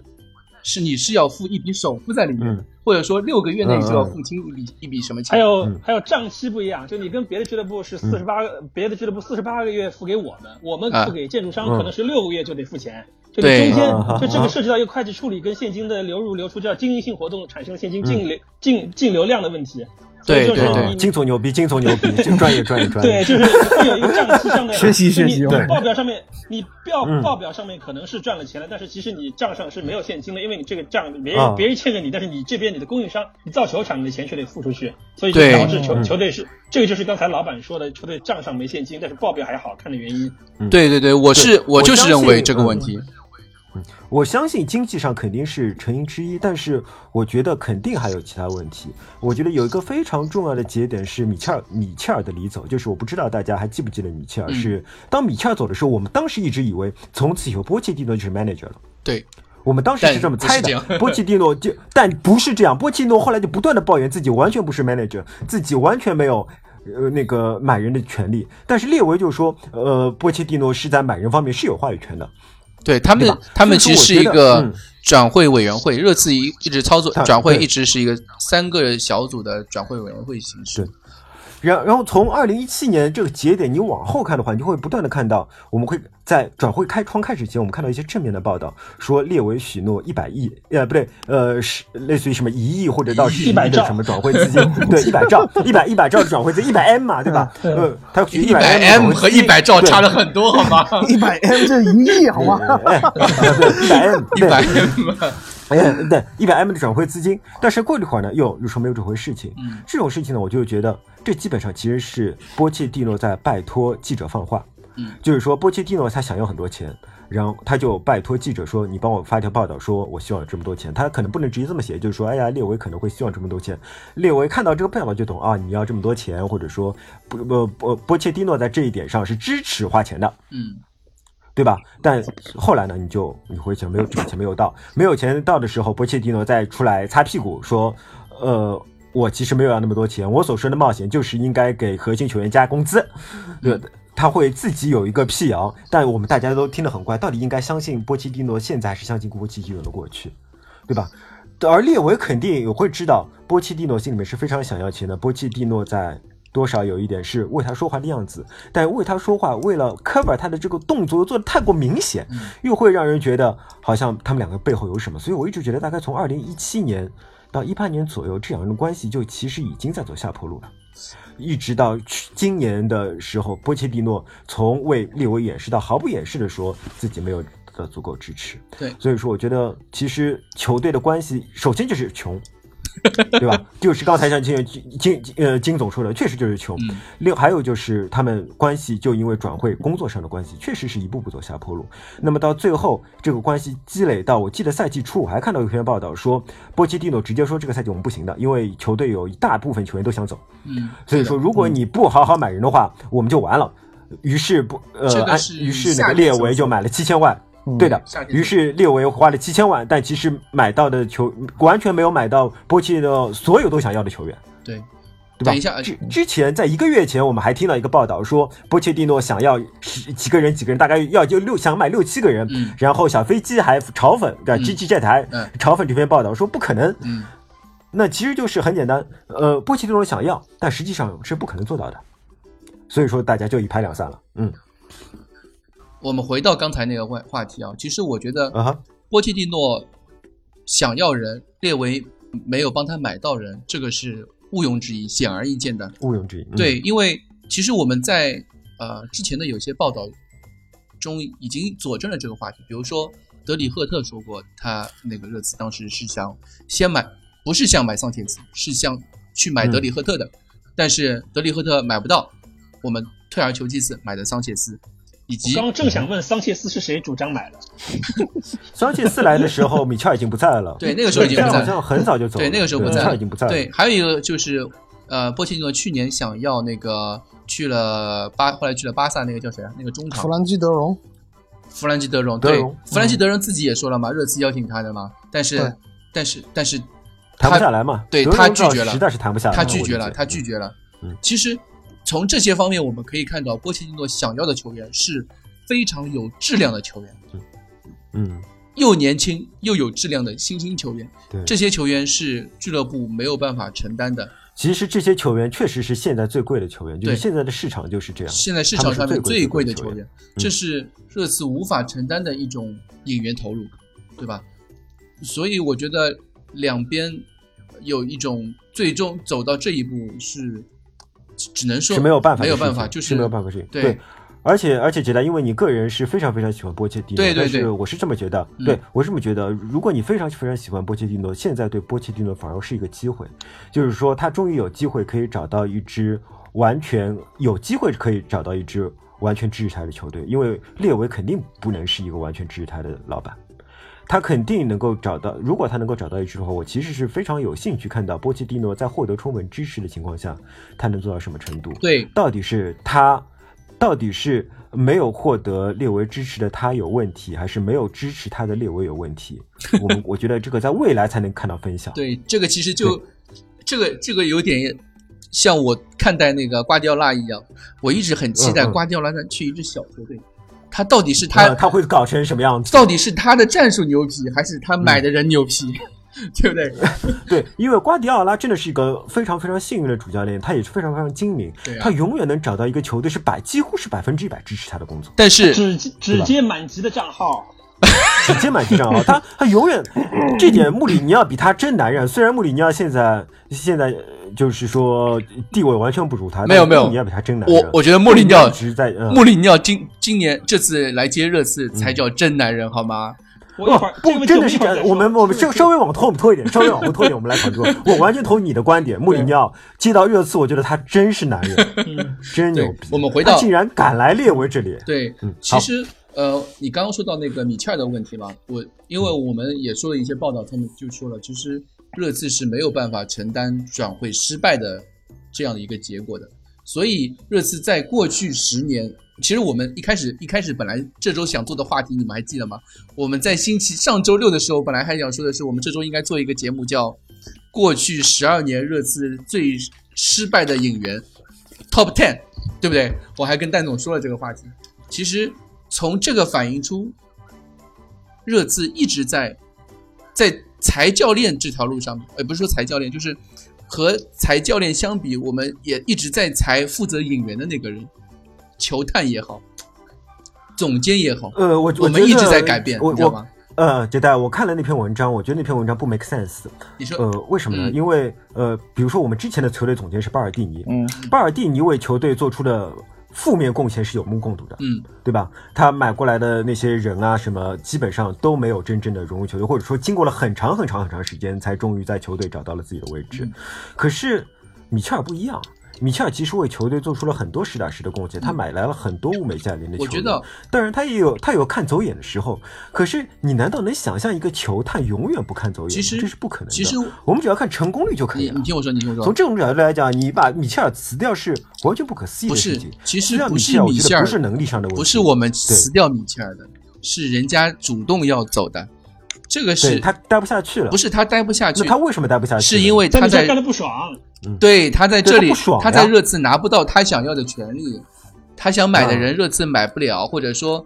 是你是要付一笔首付在里面的，
嗯
或者说六个月内
嗯
就要
嗯
付清一笔、一笔什么钱。嗯
还有、
嗯
还有账期不一样，就你跟别的俱乐部是四十八，别的俱乐部四十八个月付给我们，我们
啊
付给建筑商
嗯
可能是六个月就得付钱。就你
对
中间
啊啊，
就这
啊
个涉及到一个会计处理跟现金的流入流出，叫经营性活动产生现金净流净净流量的问题。所以
嗯对
就是
对
你
嗯，金总牛逼，金总牛逼，就专业专业专
对，
业，
就是会有一个账期上的
学习学习
你
对
报表上面，你报
嗯
报表上面可能是赚了钱了，但是其实你账上是没有现金的，因为你这个账别
啊
人别人欠着你，但是你这边你的供应商，你造球场你的钱却得付出去，所以就
对
导致球
嗯
球队是这个就是刚才老板说的，球队账上没现金，但是报表还好看的原因。
对对对，我是
我
就
相
是认为
信
这个
嗯
问题，
我相信经济上肯定是成因之一，但是我觉得肯定还有其他问题。我觉得有一个非常重要的节点是米切尔米切尔的离走，就是我不知道大家还记不记得米切尔
嗯
是当米切尔走的时候，我们当时一直以为从此以后波切蒂诺就是 manager 了。
对
我们当时是这么猜
但不是这
的，波切蒂诺就但不是这样，波切蒂诺后来就不断的抱怨自己完全不是 manager，自己完全没有呃那个买人的权利。但是列维就说，呃，波切蒂诺是在买人方面是有话语权的，
对他们
对吧
他们
所
其
以
实是
说我
一
觉得
个
嗯
转会委员会，热刺一一直操作
他
转会
对
一直是一个三个小组的转会委员会形式
对。然然后从二零一七年这个节点，你往后看的话，你就会不断的看到，我们会在转会开窗开始前，我们看到一些正面的报道，说列维许诺一百亿，呃，不对，呃，是类似于什么一亿或者到十亿的
100兆
什么转会资金，对，一百兆，一百一百兆的转会资金，一百 M 嘛，对吧？呃，他许
一
一
百
百
M 和一百兆差
了
了很多，好吗？
一百 M 这一亿好吗？
哎， <laughs> 对，一百 M，
<laughs> 一
<laughs> 对
百 M，
哎，对，一百 M 的转会资金，但是过了一会儿呢，又又说没有这回事情。
嗯
这种事情呢，我就觉得这基本上其实是波切蒂诺在拜托记者放话。
嗯
就是说波切蒂诺他想要很多钱，然后他就拜托记者说：“你帮我发条报道，说我希望有这么多钱。”他可能不能直接这么写，就是说：“哎呀，列维可能会希望这么多钱。”列维看到这个报道就懂啊，你要这么多钱，或者说不不不，波切蒂诺在这一点上是支持花钱的。
嗯，
对吧？但后来呢，你就你会想没有这个钱没有到，没有钱到的时候，波切蒂诺再出来擦屁股说，呃，我其实没有要那么多钱，我所说的冒险就是应该给核心球员加工资，对。他会自己有一个辟谣，但我们大家都听得很快，到底应该相信波切蒂诺现在还是相信波切蒂诺的过去，对吧？而列维肯定也会知道，波切蒂诺心里面是非常想要钱的。波切蒂诺在多少有一点是为他说话的样子，但为他说话，为了 cover 他的这个动作做的太过明显，又会让人觉得好像他们两个背后有什么。所以我一直觉得，大概从二零一七年到一八年左右，这两个人的关系就其实已经在走下坡路了。一直到去今年的时候，波切蒂诺从为列维掩饰到毫不掩饰的说自己没有得到足够支持。
对
所以说我觉得其实球队的关系，首先就是穷，对吧？ <laughs> 就是刚才像金金金呃金总说的，确实就是穷。
嗯
另还有就是他们关系就因为转会工作上的关系，确实是一步步走下坡路。那么到最后，这个关系积累到，我记得赛季初我还看到有一篇报道说，波切蒂诺直接说这个赛季我们不行的，因为球队有一大部分球员都想走，
嗯，
所以说如果你不好好买人的话，我们就完了。于是不呃
这，个
按
是
于是那
夏
个
天
列
走
维
的
就买了七千万，
嗯
对的
夏。天
于是列维花了七千万，但其实买到的球完全没有买到波切的所有都想要的球员。
对。
对吧
等一下，呃
之之前在一个月前，我们还听到一个报道说，波切蒂诺想要十几个人，几个人，大概要就六想买六七个人，
嗯
然后小飞机还嘲讽，对吧
嗯
？G G 这台
嗯
嘲讽这篇报道说不可能，
嗯
那其实就是很简单，呃，波切蒂诺想要，但实际上是不可能做到的，所以说大家就一拍两散了。嗯
我们回到刚才那个话话题啊，其实我觉得
啊哈，
波切蒂诺想要人，列维没有帮他买到人，这个是毋庸置疑、显而易见的。
毋庸置疑。嗯、
对，因为其实我们在呃之前的有些报道中已经佐证了这个话题，比如说德里赫特说过，他那个热刺当时是想先买，不是想买桑切斯，是想去买德里赫特的，但是德里赫特买不到，我们退而求其次买的桑切斯，以及
我刚刚正想问桑切斯是谁主张买的，
桑切斯来的时候，米切尔已经不在了。
<laughs> 对那个时候已经不
米切
在
尔好像
了，
很早就走了。
对那个时候不
米
在
切
了
尔已经不在了。
对，还有一个就是呃波切蒂诺去年想要那个去了巴，后来去了巴萨那个叫谁啊？那个中场
弗兰基德容，
弗兰基德容，
德嗯
对
容，
弗兰基德容自己也说了嘛，热刺邀请他的嘛，但
对
是，但是，但是
谈不
他
下来嘛？
对
德容
他拒绝了
实在是谈不下来。
他拒绝
我
了，
理解
他拒绝了
嗯。
其实从这些方面我们可以看到，波切蒂诺想要的球员是非常有质量的球员，
嗯，
又年轻又有质量的新兴球员。
对。
这些球员是俱乐部没有办法承担的。
其实这些球员确实是现在最贵的球员，就是
对
现在的市场就是这样。
现在市场上面最贵的球
他们是最贵的球嗯
员，这是热刺无法承担的一种引援投入，对吧？所以我觉得两边有一种最终走到这一步是，只只能说
是没有办法
没
的事
有
情，
办法，就是
没有办法事情。
对
而且而且，杰达，因为你个人是非常非常喜欢波切蒂诺，
对对
但是
对
我是这么觉得，
嗯
对我是这么觉得。如果你非常非常喜欢波切蒂诺，现在对波切蒂诺反而是一个机会，就是说他终于有机会可以找到一支完全有机会可以找到一支完全支持他的球队，因为列维肯定不能是一个完全支持他的老板。他肯定能够找到，如果他能够找到一支的话，我其实是非常有兴趣看到波切蒂诺在获得充分支持的情况下，他能做到什么程度。
对
到底是他，到底是没有获得列维支持的他有问题，还是没有支持他的列维有问
<laughs>
题？我们我觉得这个在未来才能看到分晓。
对，这个其实就这个这个有点像我看待那个瓜迪奥拉一样，我一直很期待
嗯嗯嗯
瓜迪奥拉他去一支小球队，他到底是
呃他
他
他会搞成什么样子？
到底是他的战术牛皮，还是他
嗯
买的人牛皮， <laughs> 对不对？
对，因为瓜迪奥拉真的是一个非常非常幸运的主教练，他也是非常非常精明，
对啊
他永远能找到一个球队是百几乎是百分之一百支持他的工作。
但是
只只接满级的账号。
直接买这张啊！
<laughs>
他他永远这点穆里尼奥比他真男人。虽然穆里尼奥现在现在呃就是说地位完全不如他，
没有
但是
没有
穆里尼奥比他真男人。
我我觉得穆
穆
里尼奥
一，直在嗯
穆里尼奥今今年这次来接热刺才叫真男人好吗？
我一会
哦
儿这个
不
问题
真的是
一会
这
儿再
样。
说
我们我们
这
稍
个
稍微往后拖一点，稍微往后拖一点，我们来讨
<laughs>
论。我完全同意你的观点，穆里尼奥接到热刺，我觉得他真是男人，
<laughs> 嗯
真牛
对
逼。
我们回到
他竟然敢来列维这里，
对，
嗯，
其
好，
实呃，你刚刚说到那个米切尔的问题嘛，我因为
嗯
我们也说了一些报道，他们就说了，其实热刺是没有办法承担转会失败的这样的一个结果的，所以热刺在过去十年。其实我们一开始一开始本来这周想做的话题，你们还记得吗？我们在星期上周六的时候，本来还想说的是，我们这周应该做一个节目，叫《过去十二年热刺最失败的引援 Top Ten》，对不对？我还跟蛋总说了这个话题。其实从这个反映出，热刺一直在在裁教练这条路上，呃，不是说裁教练，就是和裁教练相比，我们也一直在裁负责引援的那个人，球探也好，总监也好，
呃，我
我
觉
们
得
一直在改变，
我
你知道
我
吗？
呃，杰代，我看了那篇文章，我觉得那篇文章不 make sense。
你说，
呃，为什么呢？
嗯
因为呃，比如说我们之前的球队总监是巴尔蒂尼，
嗯，
巴尔蒂尼为球队做出的负面贡献是有目共睹的，
嗯，
对吧？他买过来的那些人啊，什么基本上都没有真正的融入球队，或者说经过了很长很长很长时间，才终于在球队找到了自己的位置。
嗯
可是米切尔不一样。米切尔其实为球队做出了很多实打实的贡献，他买来了很多物美价廉的
嗯
球
我
员。
觉得
当然他也有他有看走眼的时候。可是你难道能想象一个球探永远不看走眼吗？
其实
这是不可能的。
其实
我们只要看成功率就可以
你
了。
你听我说，你听我说
从，这种角度来讲，你把米切尔辞掉是完全不可思议
不
的事
是
情。，
其
辞
实
掉
不
米
是
尔，
米
我觉
切
得
尔
不是能力上的问题，
不是我们
对
辞掉米切尔的，是人家主动要走的，这个
对
是
他待不下去了。
不是他待不下去
那，他为什么待不下去呢？
是因为
但
他
米切尔
在
干的不爽，
对他在这
对
里
他不爽呀
在热刺拿不
啊
到他想要的权利，他想买的人热刺买不了，或者说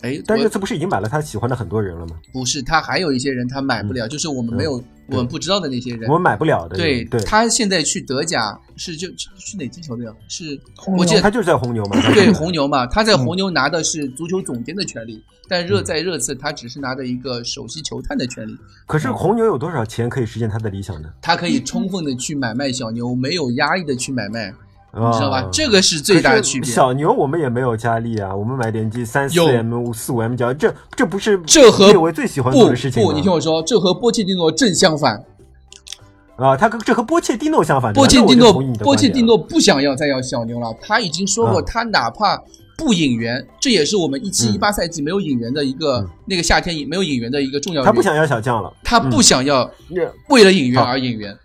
哎，
但这
我
次不是已经买了他喜欢的很多人了吗？
不是他，还有一些人他买不了，就是我们没有、我们不知道的那些人
嗯我。们买不了的。
对
对，
他现在去德甲是就是哪支球队啊？是
红牛
我记得
他就是在红牛嘛。
对红牛嘛，他在
嗯
红牛拿的是足球总监的权利，但热在热刺他只是拿的一个首席球探的权利，
可是红牛有多少钱可以实现他的理想呢？
他可以充分的去买卖小牛，没有压力的去买卖，
你
你知道吧？这个是最大的区别。
啊哦小牛我们也没有加力啊，我们买点击三四
有
M 四五 M 加，这这不是
这和
列维最喜欢做
不
的事情吗
不，你听我说，这和波切蒂诺正相反。
啊，他跟这和波切蒂诺相反。
波切蒂
那
诺
我就同意你的
波切
观点
蒂
了
诺不想要再要小牛了，他已经说过，
嗯
他哪怕不引援，这也是我们一七
嗯
一八赛季没有引援的一个那个夏天没有引援的一个重要原因。
他不想要小将了。
他不想要
嗯
为了引援
好
而引援，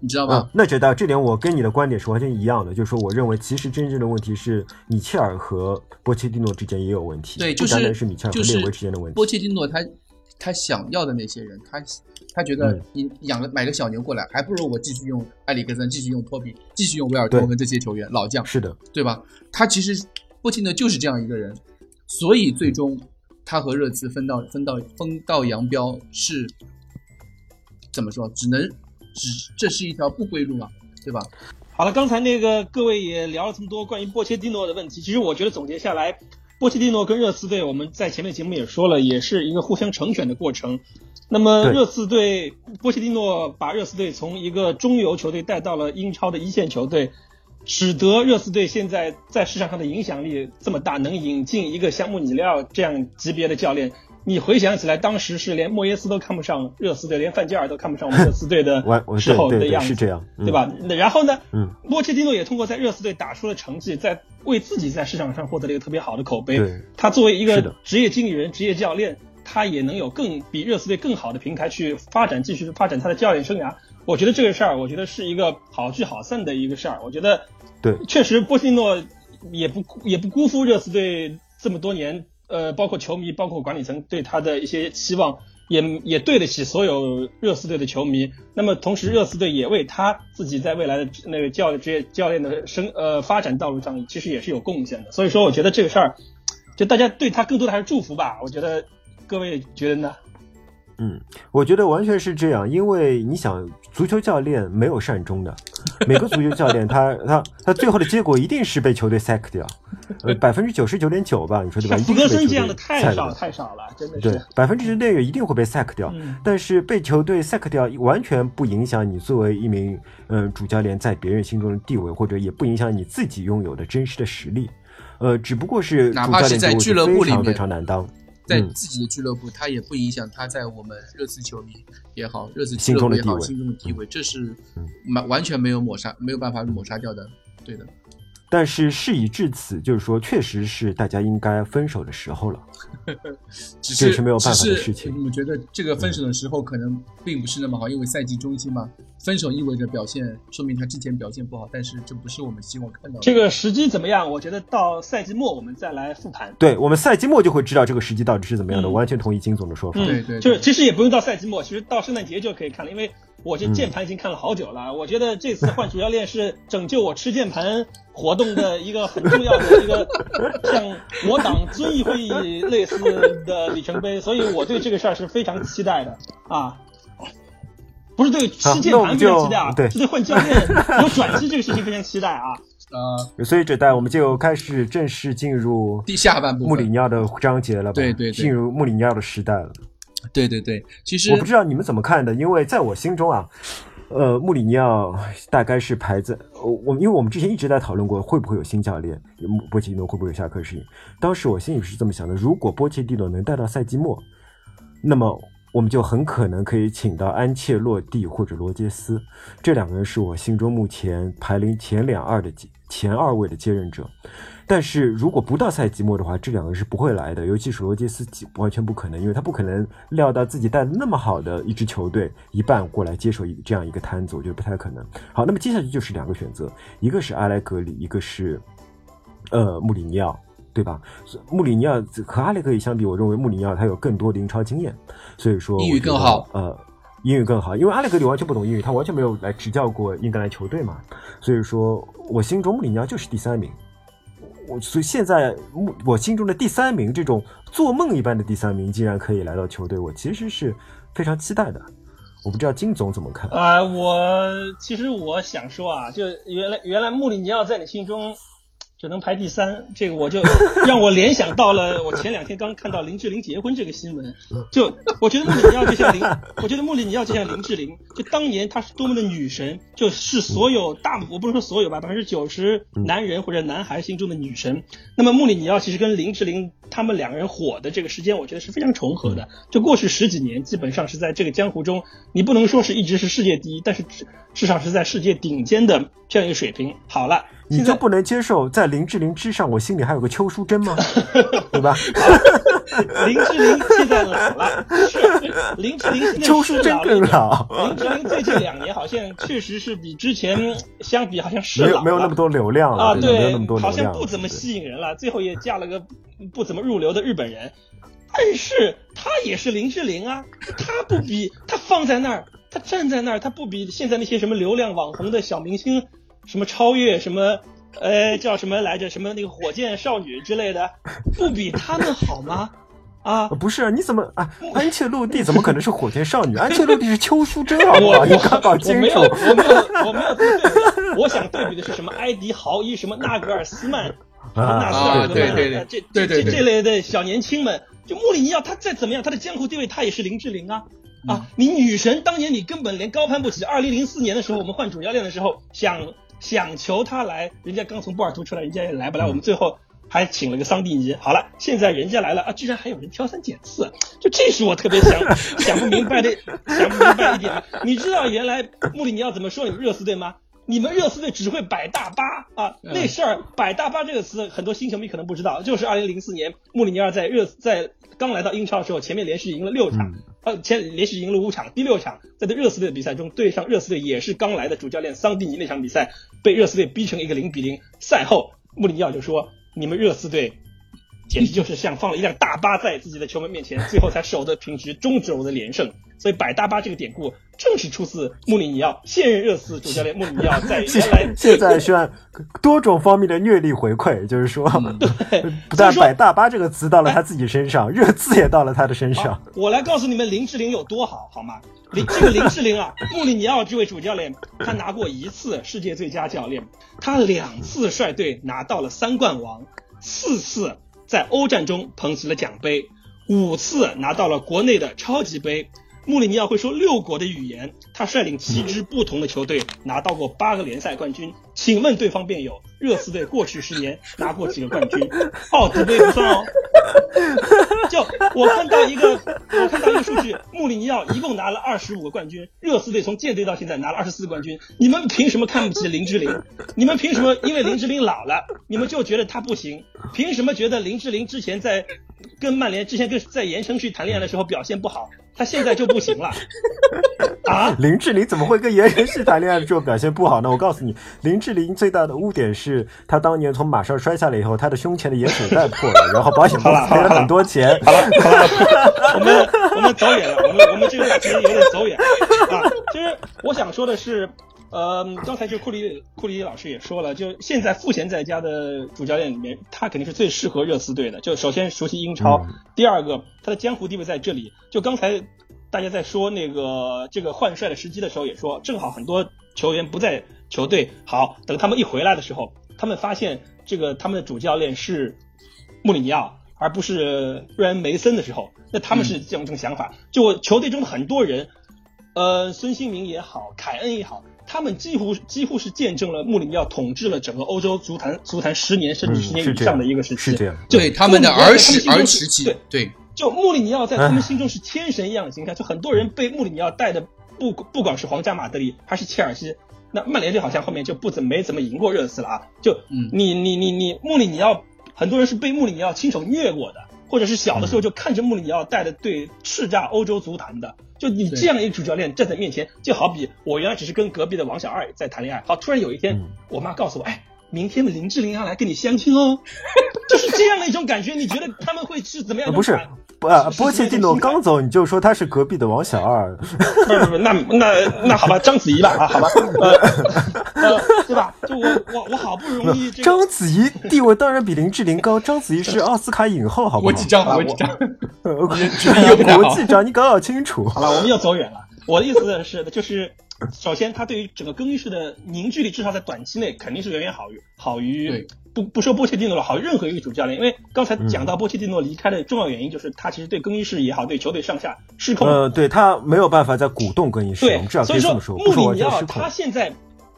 你知道
啊
吗？，
那这到这点我跟你的观点是完全一样的，就是说，我认为其实真正的问题是米切尔和波切蒂诺之间也有问题，
对，就
不单
是
单是米切尔和
就
列
是
维之间的问
波
题。
切蒂诺他他想要的那些人，他他觉得
嗯
你养了买个小牛过来，还不如我继续用埃里克森，继续用托比，继续用维尔托
对
跟这些球员老将，
是的，
对吧？他其实波切蒂诺就是这样一个人，所以最终他和热刺分道分道分道扬镳是怎么说？只能只这是一条不归路嘛，对吧？
好了，刚才那个各位也聊了这么多关于波切蒂诺的问题，其实我觉得总结下来，波切蒂诺跟热刺队，我们在前面节目也说了，也是一个互相成选的过程。那么
对
热刺队，波切蒂诺把热刺队从一个中游球队带到了英超的一线球队，使得热刺队现在在市场上的影响力这么大，能引进一个香木里利奥这样级别的教练。你回想起来，当时是连莫耶斯都看不上热刺队，连范加尔都看
<laughs>
不上我们热刺队的
我我
时
对
候的
对
样
对
子，
是这样，嗯
对？吧？那然后呢，
嗯，
波切蒂诺也通过在热刺队打出了成绩，在为自己在市场上获得了一个特别好的口碑。
对，
他作为一
是
个
的
职业经理人、职业教练，他也能有更比热刺队更好的平台去发展，继续发展他的教练生涯。我觉得这个事儿，我觉得是一个好聚好散的一个事儿。我觉得，
对
确实波切蒂诺也不也不辜负热刺队这么多年，呃，包括球迷、包括管理层对他的一些期望，也也对得起所有热刺队的球迷。那么同时，热刺队也为他自己在未来的那个教职业教练的生呃发展道路上，其实也是有贡献的。所以说，我觉得这个事儿，就大家对他更多的还是祝福吧。我觉得各位觉得呢？
嗯我觉得完全是这样，因为你想，足球教练没有善终的，每个足球教练他他他最后的结果一定是被球队 sack
<laughs>
掉，呃，百分之九十九点九吧，你说对吧？
像
一
福
定
格
是被
森
球
这样的
队 sack
太少
掉。
太少了，真的
对
是。，
百分之六一定会被 sack 掉，
嗯
但是被球队 sack 掉完全不影响你作为一名嗯、呃主教练在别人心中的地位，或者也不影响你自己拥有的真实的实力，呃，只不过是
哪
主
怕
教
是
练
在
这个
俱乐
位置
部
非
里
常非
面
常难当，
在
嗯
自己的俱乐部，他也不影响他在我们热刺球迷也好，热刺俱
心
乐
中
部
的
也好，
地位嗯
心中的地位，这是完完全没有抹杀，没有办法抹杀掉的。对的，
但是事已至此，就是说，确实是大家应该分手的时候了。
只是
这也是没有办法的
只是
事情嗯
我觉得这个分手的时候可能并不是那么好，因为赛季中期嘛，分手意味着表现，说明他之前表现不好，但是这不是我们希望看到的。
这个时机怎么样？我觉得到赛季末我们再来复盘。
对我们赛季末就会知道这个时机到底是怎么样的，
嗯
完全同意金总的说法。
嗯，
对对对
就是其实也不用到赛季末，其实到圣诞节就可以看了，因为我
嗯
这键盘已经看了好久了。我觉得这次换主教练是拯救我吃键盘活动的一个很重要的一个 <laughs> 像我党遵义会议类似的里程碑，所以我对这个事儿是非常期待的啊。不是对吃键盘非常期待
好那我
啊
们，就是
对换教练有转机这个事情非常期待啊。
呃，
所以这代我们就开始正式进入
第下半部
穆里
分，
尼奥的章节了吧？
对对对
进入穆里尼奥的时代了。
对对对，其实
我不知道你们怎么看的，因为在我心中啊，呃，穆里尼奥大概是排在呃我们，因为我们之前一直在讨论过会不会有新教练，波切蒂诺会不会有下课事情。当时我心里是这么想的：如果波切蒂诺能带到赛季末，那么我们就很可能可以请到安切洛蒂或者罗杰斯，这两个人是我心中目前排名前两二的接前二位的接任者。但是如果不到赛季末的话，这两个人是不会来的，尤其是罗杰斯基完全不可能，因为他不可能料到自己带那么好的一支球队一半过来接手一这样一个摊子，我觉得不太可能。好，那么接下去就是两个选择，一个是阿莱格里，一个是呃穆里尼奥。对吧？所以穆里尼奥和阿莱格里相比，我认为穆里尼奥他有更多的英超经验，所以说
英语
我觉得
更好
呃，英语更好，因为阿莱格里完全不懂英语，他完全没有来执教过英格兰球队嘛，所以说我心中穆里尼奥就是第三名。我所以现在目我心中的第三名，这种做梦一般的第三名，竟然可以来到球队，我其实是非常期待的。我不知道金总怎么看？
啊，我其实我想说啊，就原来原来穆里尼奥在你心中只能排第三，这个我就让我联想到了我前两天刚看到林志玲结婚这个新闻，就我觉得穆里尼奥就像林，我觉得穆里尼奥就像林志玲，就当年她是多么的女神，就是所有大我不能说所有吧，百分之九十男人或者男孩心中的女神。那么穆里尼奥其实跟林志玲他们两个人火的这个时间，我觉得是非常重合的。就过去十几年，基本上是在这个江湖中，你不能说是一直是世界第一，但是至至少是在世界顶尖的这样一个水平。好了，
你
现
就
在
不能接受在林志玲之上，我心里还有个邱淑贞
<laughs>
吗？对吧？ <laughs>
林志玲现在老了，是林志玲现在
邱
是
淑贞
老了一
更
点。
老，
林志玲最近两年好像确实是比之前相比，好像是
没
老
有
了
没有那么多流量了
啊，
对吧没有那么多流
好
量
像
了，
不怎么
对
吸引人了，最后也嫁了个不怎么入流的日本人，但是她也是林志玲啊，她不比她放在那儿，她站在那儿，她不比现在那些什么流量网红的小明星，什么超越什么。呃，叫什么来着？什么那个火箭少女之类的，不比他们好吗？啊，
呃不是，你怎么啊？安切洛蒂怎么可能是火箭
<laughs>
少女？安切洛蒂是邱淑贞，好不
我
好？你搞搞
我
清
没有，
楚。
我没有，我没有对比的。我想对比的是什么？埃迪豪伊，什么纳格尔斯曼，纳斯
啊
尔格
对
曼，
对
呃这
对对
这
对
这
对
这类的小年轻们，就穆里尼奥他再怎么样，他的江湖地位他也是林志玲啊。
嗯
啊，你女神当年你根本连高攀不起。二零零四年的时候，我们换主教练的时候，想想求他来，人家刚从波尔图出来，人家也来
嗯
不来。我们最后还请了个桑蒂尼。好了，现在人家来了啊，居然还有人挑三拣四，啊就这是我特别想想不明白的，想不明白一点。你知道原来穆里尼奥怎么说你们热刺队吗？你们热刺队只会摆大巴啊！
嗯
那事儿“摆大巴”这个词，很多新球迷可能不知道，就是2004年穆里尼奥在热在刚来到英超的时候，前面连续赢了六场，呃，前连续赢了五场，第六场在对热刺队的比赛中，对上热刺队也是刚来的主教练桑蒂尼那场比赛，被热刺队逼成一个零比零。赛后，穆里尼奥就说：“你们热刺队简直就是像放了一辆大巴在自己的球门面前，最后才守得平局，终止我的连胜。所以摆大巴这个典故，正是出自穆里尼奥现任热刺主教练穆里尼奥在原来
现现在需要多种方面的阅历回馈，就是说，
嗯
不
所以
但“
说
摆大巴”这个词到了他自己身
<laughs>
上，热刺也到了他的身上
好。，我来告诉你们林志玲有多好，好吗？林这个林志玲
<laughs>
啊，穆里尼奥这位主教练，他拿过一次世界最佳教练，他两次率队拿到了三冠王，四次在欧战中捧起了奖杯，五次拿到了国内的超级杯。穆里尼奥会说六国的语言，他率领七
嗯
支不同的球队拿到过八个联赛冠军。请问对方辩友，热刺队过去十年拿过几个冠军？奥地杯不算哦。 <laughs> 就我看到一个，我看到一个数据，穆里尼奥一共拿了二十五个冠军，热刺队从建队到现在拿了二十四冠军。你们凭什么看不起林志玲？你们凭什么因为林志玲老了，你们就觉得她不行？凭什么觉得林志玲之前在跟曼联之前跟在盐城区谈恋爱的时候表现不好，她现在就不行了？啊？
林志玲怎么会跟言承旭谈恋爱的时候表现不好呢？我告诉你，林志玲最大的污点是她当年从马上摔下来以后，她的胸前的盐水袋破
<laughs>
了，然后保险公司赔了很多钱。嗯
<laughs> 我们我们走远了，我们我们这个话题有点走远啊。就是我想说的是，呃，刚才就库里库里老师也说了，就现在赋闲在家的主教练里面，他肯定是最适合热刺队的。就首先熟悉英超，
嗯
第二个他的江湖地位在这里。就刚才大家在说那个这个换帅的时机的时候，也说正好很多球员不在球队，好等他们一回来的时候，他们发现这个他们的主教练是穆里尼奥，而不是瑞恩梅森的时候，那他们是这种这种想法。就我球队中的很多人，呃，孙兴民也好，凯恩也好，他们几乎几乎是见证了穆里尼奥统治了整个欧洲足坛足坛十年甚至十
嗯
年
是
以
这样
上的一个时期。
是这样
就
对他们的儿时
穆里尼奥在他
儿
们心中是
时期
对，
对，
就穆里尼奥在他们心中是天神一样的形象，就很多人被穆里尼奥带的不不管是皇家马德里还是切尔西，那曼联队好像后面就不怎么没怎么赢过热刺了啊。就
嗯
你你你你穆里尼奥，很多人是被穆里尼奥亲手虐过的，或者是小的时候就看着穆里尼奥带的队叱咤欧洲足坛的。就你这样一个主教练站在面前，就好比我原来只是跟隔壁的王小二在谈恋爱，好，突然有一天
嗯
我妈告诉我，哎，明天的林啊 <laughs> 志玲要来跟你相亲哦，就是这样的一种感觉。你觉得他们会是怎么样
呃，
一种
不是
反，
呃，波切蒂诺刚走，你就说他是隔壁的王小二，
不不不，那那那好吧，章子怡吧啊，好吧，呃，呃对吧？就我我我好不容易这个
章子怡地位当然比林志玲高，章子怡是奥斯卡影后，好不
国
好？
际章法，
好
国际章，
呃
又不太好
国际章，你搞搞清 <laughs> 楚。
好了，我们又走远了。我的意思是，就是首先，它对于整个更衣室的凝聚力，至少在短期内肯定是远远好于好于
对
不不说波切蒂诺了，好于任何一个主教练。因为刚
嗯
才讲到波切蒂诺离开的重要原因，就是他其实对更衣室也好，对球队上下失控。
呃，对他没有办法在鼓动更衣室，我
对
们至少，可
所以
以这
说
么说，不
穆
是
里
完
尼
全
奥
失控
啊他。现在。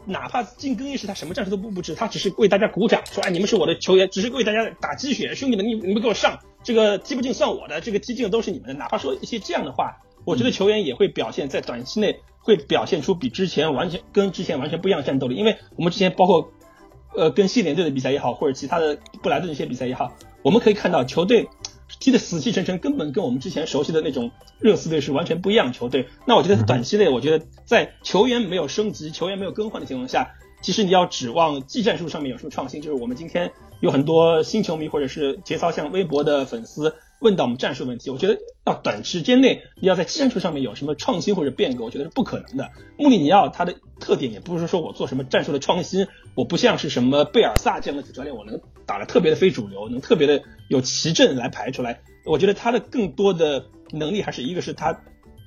哪怕进更衣室，他什么战术都不布置，他只是为大家鼓掌，说：“哎，你们是我的球员，只是为大家打鸡血，兄弟们，你你们给我上！这个踢不进算我的，这个踢进的都是你们的。”哪怕说一些这样的话，我
嗯
觉得球员也会表现在短期内会表现出比之前完全跟之前完全不一样的战斗力，因为我们之前包括呃跟西联队的比赛也好，或者其他的布莱顿一些比赛也好，我们可以看到球队踢得死气沉沉，根本跟我们之前熟悉的那种热刺队是完全不一样的球队。那我觉得在短期内，我觉得在球员没有升级、球员没有更换的情况下，其实你要指望技战术上面有什么创新，就是我们今天有很多新球迷或者是节操向微博的粉丝问到我们战术问题，我觉得要短时间内你要在技战术上面有什么创新或者变革，我觉得是不可能的。穆里尼奥他的特点也不是说我做什么战术的创新，我不像是什么贝尔萨这样的主教练，我能打得特别的非主流，能特别的有奇阵来排出来。我觉得他的更多的能力还是一个是他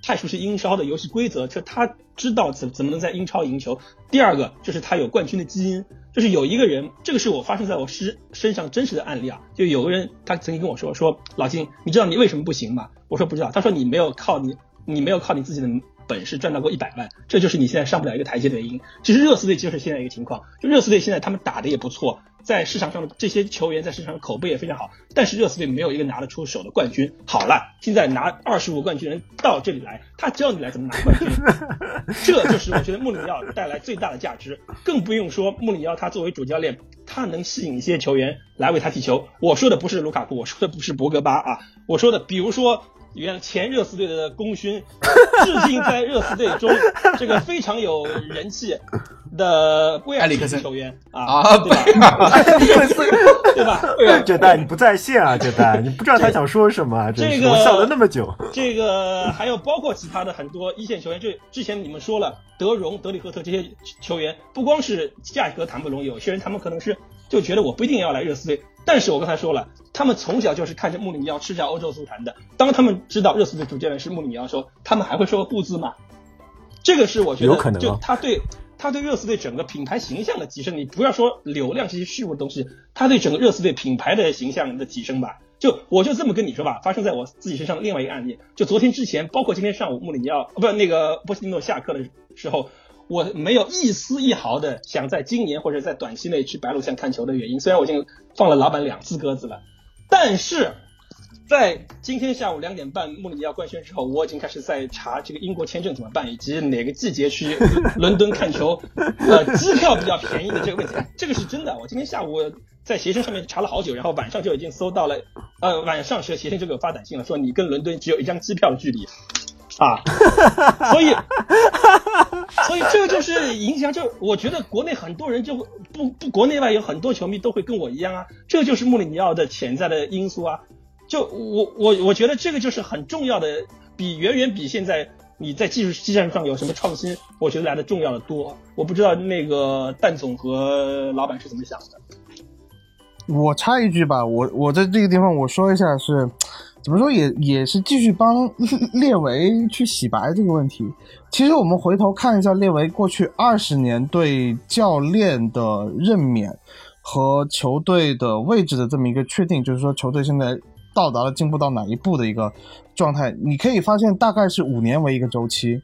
太熟悉英超的游戏规则，就他知道怎怎么能在英超赢球。第二个就是他有冠军的基因，就是有一个人，这个是我发生在我身身上真实的案例啊，就有个人他曾经跟我说说老金，你知道你为什么不行吗？我说不知道，他说你没有靠你你没有靠你自己的本事赚到过一百万，这就是你现在上不了一个台阶的原因。其实热刺队就是现在一个情况，就热刺队现在他们打的也不错，在市场上的这些球员在市场上口碑也非常好，但是热刺队没有一个拿得出手的冠军。好了，现在拿二十五冠军人到这里来，他教你来怎么拿冠军，这就是我觉得穆里尼奥带来最大的价值。更不用说穆里尼奥他作为主教练，他能吸引一些球员来为他踢球。我说的不是卢卡库，我说的不是博格巴啊，我说的比如说。原前热刺队的功勋，至今在热刺队中这个非常有人气的威尔
埃里克
逊
森
球员啊，
啊，贝
对吧？
尔，
<laughs>
<laughs> 对啊吧？
这蛋你不在线
<laughs>
啊，这蛋你不知道他想说什么啊，真
这
是
个
我笑了那么久。
这个还有包括其他的很多一线球员，这之前你们说了，德容、德里赫特这些球员，不光是价格谈不拢，有些人他们可能是就觉得我不一定要来热刺队。但是我刚才说了，他们从小就是看着穆里尼奥吃下欧洲足坛的。当他们知道热刺队主教练是穆里尼奥的时候，他们还会说个不字吗？这个是我觉得，
有可能啊
就他对他对热刺队整个品牌形象的提升，你不要说流量这些虚无的东西，他对整个热刺队品牌的形象的提升吧。就我就这么跟你说吧，发生在我自己身上的另外一个案例，就昨天之前，包括今天上午穆里尼奥呃不那个波切蒂诺下课的时候，我没有一丝一毫的想在今年或者在短期内去白鹿巷看球的原因。虽然我已经放了老板两次鸽子了，但是在今天下午两点半穆里尼奥官宣之后，我已经开始在查这个英国签证怎么办，以及哪个季节去伦敦看球，呃，机票比较便宜的这个问题。这个是真的，我今天下午在携程上面查了好久，然后晚上就已经搜到了，呃，晚上是携程就给我发短信了，说你跟伦敦只有一张机票的距离。啊，所以，所以这个就是影响，就我觉得国内很多人就会不不，国内外有很多球迷都会跟我一样啊，这就是穆里尼奥的潜在的因素啊。就我我我觉得这个就是很重要的，比远远比现在你在技术技战术上有什么创新，我觉得来的重要的多。我不知道那个蛋总和老板是怎么想的。
我插一句吧，我我在这个地方我说一下是，怎么说也也是继续帮列维去洗白这个问题。其实我们回头看一下列维过去二十年对教练的任免和球队的位置的这么一个确定，就是说球队现在到达了进步到哪一步的一个状态，你可以发现大概是五年为一个周期。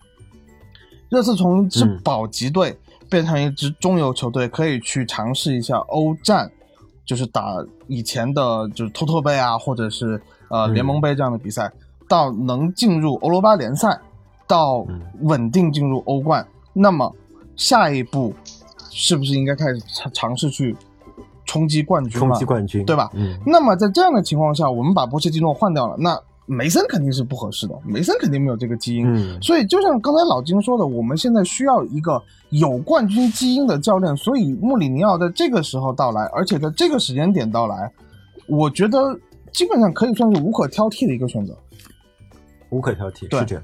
热刺从一支
嗯
保级队变成一支中游球队，可以去尝试一下欧战。就是打以前的就是托托杯啊，或者是呃
嗯
联盟杯这样的比赛，到能进入欧罗巴联赛，到
嗯
稳定进入欧冠，那么下一步是不是应该开始尝尝试去冲击冠军了？
冲击冠军，
对吧
嗯，
那么在这样的情况下，我们把波切蒂诺换掉了，那梅森肯定是不合适的，梅森肯定没有这个基因。
嗯
所以，就像刚才老金说的，我们现在需要一个有冠军基因的教练。所以，穆里尼奥在这个时候到来，而且在这个时间点到来，我觉得基本上可以算是无可挑剔的一个选择。
无可挑剔，
对
是这样。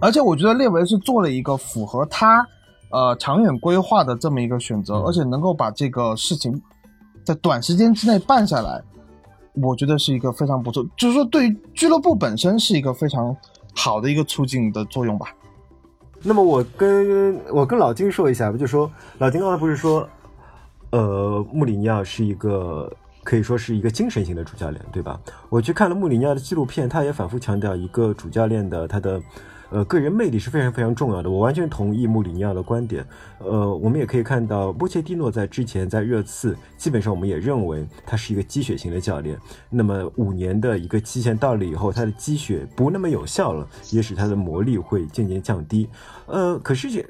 而且我觉得列维是做了一个符合他呃长远规划的这么一个选择，
嗯
而且能够把这个事情在短时间之内办下来，我觉得是一个非常不错，就是说对于俱乐部本身是一个非常好的一个促进的作用吧。
那么我跟我跟老金说一下吧，就说老金刚才不是说，呃，穆里尼奥是一个可以说是一个精神型的主教练，对吧？我去看了穆里尼奥的纪录片，他也反复强调一个主教练的他的。呃，个人魅力是非常非常重要的，我完全同意穆里尼奥的观点。呃，我们也可以看到，波切蒂诺在之前在热刺，基本上我们也认为他是一个积雪型的教练。那么五年的一个期限到了以后，他的积雪不那么有效了，也使他的魔力会渐渐降低。呃，可是也，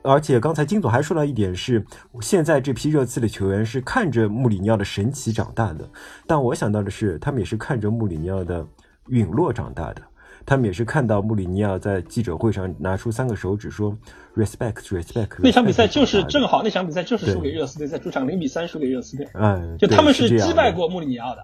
而且刚才金总还说到一点是，现在这批热刺的球员是看着穆里尼奥的神奇长大的，但我想到的是，他们也是看着穆里尼奥的陨落长大的。他们也是看到穆里尼奥在记者会上拿出三个手指说 “respect, respect”。
那场比赛
<laughs>
就是正
好，
好那场比赛就是输
对
给热刺队，在主场零比三输给热刺队，
嗯，
就
对
他们
是这样
击败
的
过穆里尼奥的，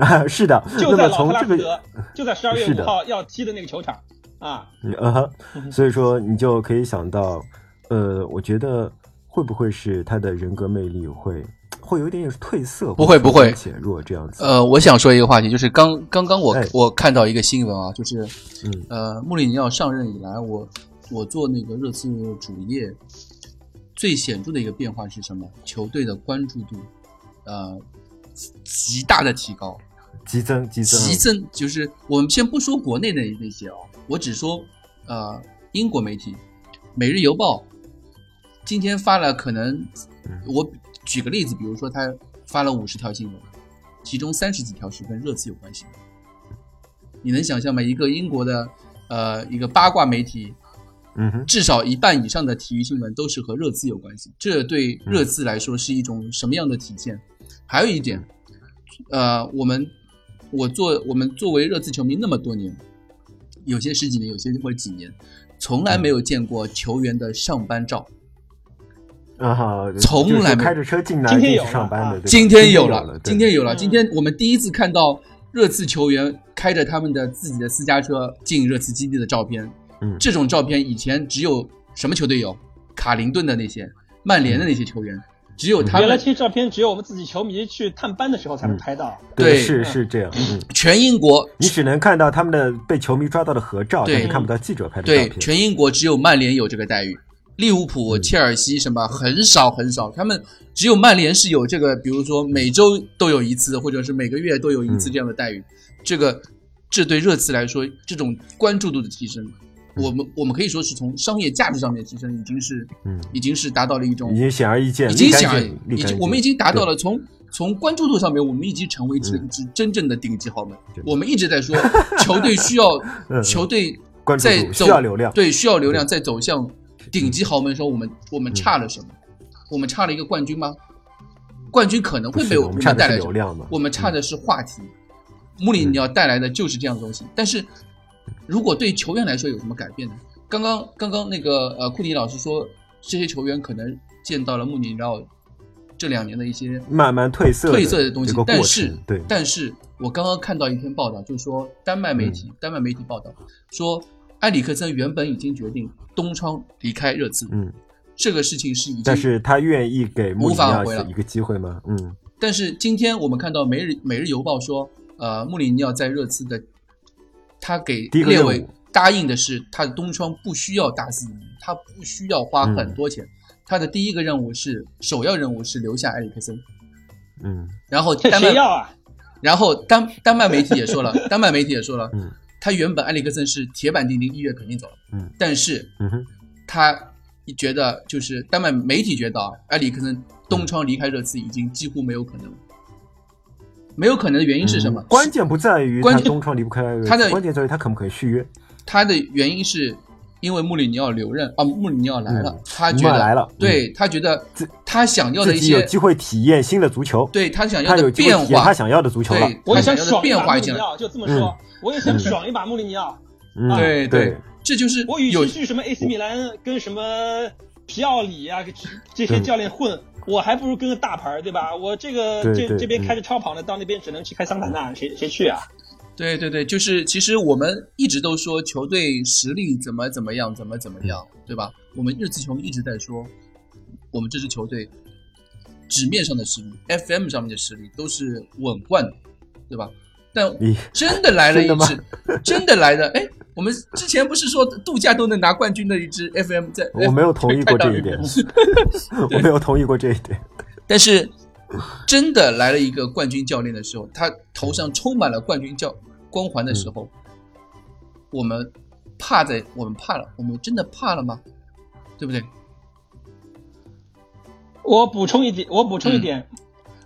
啊， <laughs> 是的。
就
那
在
么
老
从
特拉
这
福
个
德，就在十二月
是
五
的
号要踢的那个球场啊，
啊哈
嗯，
<laughs>
哼
所以说你就可以想到，呃，我觉得会不会是他的人格魅力会会有一点点褪色？
不会不会
减弱这样子。
呃，我想说一个话题，就是刚刚刚我、
哎
我看到一个新闻啊，就是
嗯
呃，穆里尼奥上任以来，我我做那个热刺主业，最显著的一个变化是什么？球队的关注度，呃，极大的提高，
激增激增
激增。就是我们先不说国内的那些哦，我只说呃，英国媒体《每日邮报》今天发了，可能
嗯
我举个例子，比如说他发了五十条新闻，其中三十几条是跟热刺有关系的。你能想象吗？一个英国的呃一个八卦媒体，
嗯哼，
至少一半以上的体育新闻都是和热刺有关系，这对热刺来说是一种什么样的体现？还有一点，呃，我们我作我们作为热刺球迷那么多年，有些十几年，有些或者几年，从来没有见过球员的上班照。
啊哈，
从
就是
来没
开着车进来
今天
进
有
去
了
上班的
啊，
对吧
今天有了
对，
今天有了，
嗯
今天我们第一次看到热刺球员开着他们的自己的私家车进热刺基地的照片。
嗯
这种照片以前只有什么球队有？卡林顿的那些、曼联的那些球员，只有他
原来
们
这些照片只有我们自己球迷去探班的时候
嗯
才能拍到，
对
是是这样，嗯，
全英国
你只能看到他们的被球迷抓到的合照，
对
但是看不到记者拍的
对
照片。
全英国只有曼联有这个待遇，利物浦、切尔西什么很少很少，他们只有曼联是有这个，比如说每周都有一次，或者是每个月都有一次
嗯
这样的待遇。这个这对热刺来说，这种关注度的提升，我们我们可以说是从商业价值上面提升，已经是
嗯，
已经是达到了一种
已经显而易见，
已经
立竿
想
见影立
已经
竿见
我们已
影
经达到
对嗯
了从从关注度上面，我们已经成为真真真正的顶级豪门
对。
我们一直在说球队需要
<laughs> 嗯嗯
球队
关注
在
度
走
需要流量嗯
对需要流量在走向顶级豪门的时候，我们我们差了什么？我们差了一个冠军吗？冠军可能
不
会
是
被
的
我
我
们
们差
带
的
来什
是流
么？
量嘛，
我们差的是话题。穆里尼奥带来的就是这样的东西。但是，如果对球员来说有什么改变呢？刚刚刚刚那个呃，库里老师说，这些球员可能见到了穆里尼奥这两年的一些
慢慢褪色
褪色的东西
这个，
但
过
是
程对，
但是我刚刚看到一篇报道，就是说丹麦媒
嗯
体、丹麦媒体报道说，埃里克森原本已经决定东窗离开热刺，
嗯，
这个事情是已经
但是他愿意给穆里
嗯无法挽
尼
回
奥
了
一个机会吗？嗯，
但是今天我们看到《每日每日邮报》说，呃，穆里尼奥在热刺的，他给
第一个
列
任务
维答应的是，他的东窗不需要大肆盈利，他不需要花很多钱，他的第一个任务是首要任务是留下埃里克森。
嗯，
然
<laughs>
后
这
丹麦
谁，要啊？
然后丹丹麦媒体也说
<laughs>
了，丹麦媒体也说了，
嗯
他原本埃里克森是铁板钉钉，一月肯定走了，
嗯
但是
嗯哼，
他觉得就是丹麦媒体觉得啊，埃里克森东窗离开热刺已经几乎没有可能了。没有可能的原因是什么？
嗯关键不在于
关
他
键
东窗离不开热刺，
他的
关键在于他肯不肯续约。
他的原因是因为穆里尼奥留任啊，穆里尼奥来了，
嗯
他觉得
穆里尼奥来了
对他觉得
自
他想要的
自
一
己有
些，
机会体验新的足球，
对他想要
他
的
有机
变
会体验
化，
他想要的足球了。
对
我也
他
想
想要的
爽一
变
把穆
化已
里
经
尼
来了，
奥，就这么说，我也想爽一把穆里尼奥。
嗯，
对
对，
这就是
<laughs> 我与
有
嗯
其去什么 AC 米兰跟什么皮奥里啊这这些教练混，我还不如跟个大牌儿，对吧？我这个
对
这
对
这边
嗯
开着超跑呢，到那边只能去开桑塔纳，谁谁去啊？
对对对，就是其实我们一直都说球队实力怎么怎么样，怎么怎么样，对吧？我们日字球迷一直在说，我们这支球队纸面上的实力、FM 上面的实力都是稳冠的，对吧？但
你
真的来了一
嗯真的
支，真的来了，哎，我们之前不是说度假都能拿冠军的一支 FM 在，
我没有同意过这一 <laughs> 点，我没有同意过这一点。
但是真的来了一个冠军教练的时候，他头上充满了冠军教光环的时候，我们怕在，我们怕了，我们真的怕了吗？对不对？
我补充一点，我补充
嗯
一点，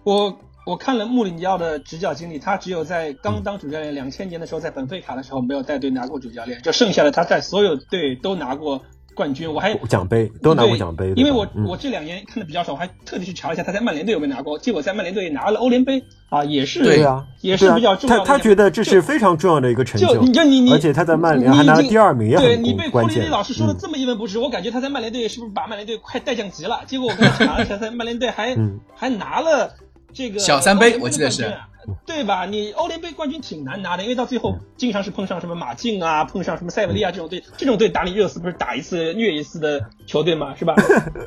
我我看了穆里尼奥的执教经历，他只有在
嗯
刚当主教练两千年的时候，在本菲卡的时候没有带队拿过主教练，就剩下的他在所有队都拿过冠军。我还
奖杯都拿过奖杯，
因
对
为
吧
我、
嗯
我这两年看的比较少，我还特地去查了一下他在曼联队有没有拿过，结果在曼联队也拿了欧联杯啊，也是
对
对啊，
也是
对啊
比较重要的
他他
一个
觉得这是非常重要的一个成
就你就你你，
而且他在曼联
你
还拿了
已经
第二名也很
对你被
关
库里
键
老师说的
嗯
这么一文不值，我感觉他在曼联队是不是把曼联队快带降级了？结果我跟他查
<laughs>
了一下，在曼联队还
嗯
还拿了这个
小三杯
欧联
我记得是
冠军啊。
嗯
对吧？你欧联杯冠军挺难拿的，因为到最后经常是碰上什么马竞啊，碰上什么塞维利
嗯
亚这种队，这种队打你热刺不是打一次虐一次的球队嘛，
<laughs>
是吧？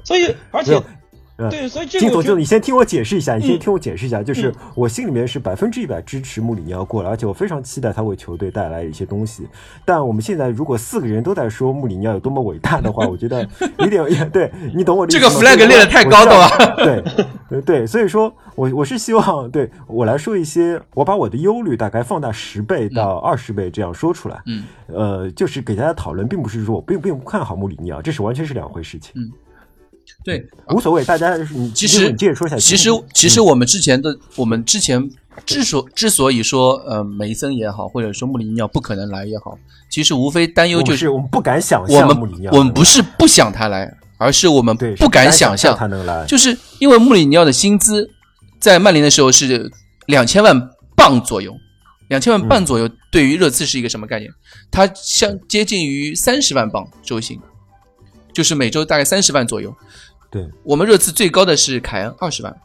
所以而
没
且
有嗯
对，所以这
金
个
总，金
我觉
总，
得
你先听我解释一下，你先
嗯
听我解释一下，就是
嗯
我心里面是百分之一百支持穆里尼奥过来，而且我非常期待他为球队带来一些东西。但我们现在如果四个人都在说穆里尼奥有多么伟大的话，我觉得有点， <laughs> 对你懂我的意思
这个
吗
flag
所以
列得太高了吧
我知道 <laughs> 对呃对，所以说我我是希望对我来说一些，我把我的忧虑大概放大十倍到二十倍这样说出来，
嗯，
呃，就是给大家讨论，并不是说我并并不看好穆里尼奥，这是完全是两回事情，
对，
无所谓，大家你
其
金总
实
你接嗯着说下去，
其实其实我们之前的我们之前之所之所以说呃梅森也好，或者说穆里尼奥不可能来也好，其实无非担忧
我
就
们是我们不敢想
我
象
们
穆里尼奥，
我们不是不想他来，而是我们
啊对
不敢想
象
象
他能来，
就是因为穆里尼奥的薪资在曼联的时候是两千万镑左右，两千万
嗯
镑左右对于热刺是一个什么概念？它相接近于三十万镑周薪，就是每周大概三十万左右。
对，嗯
我们热刺最高的是凯恩二十万，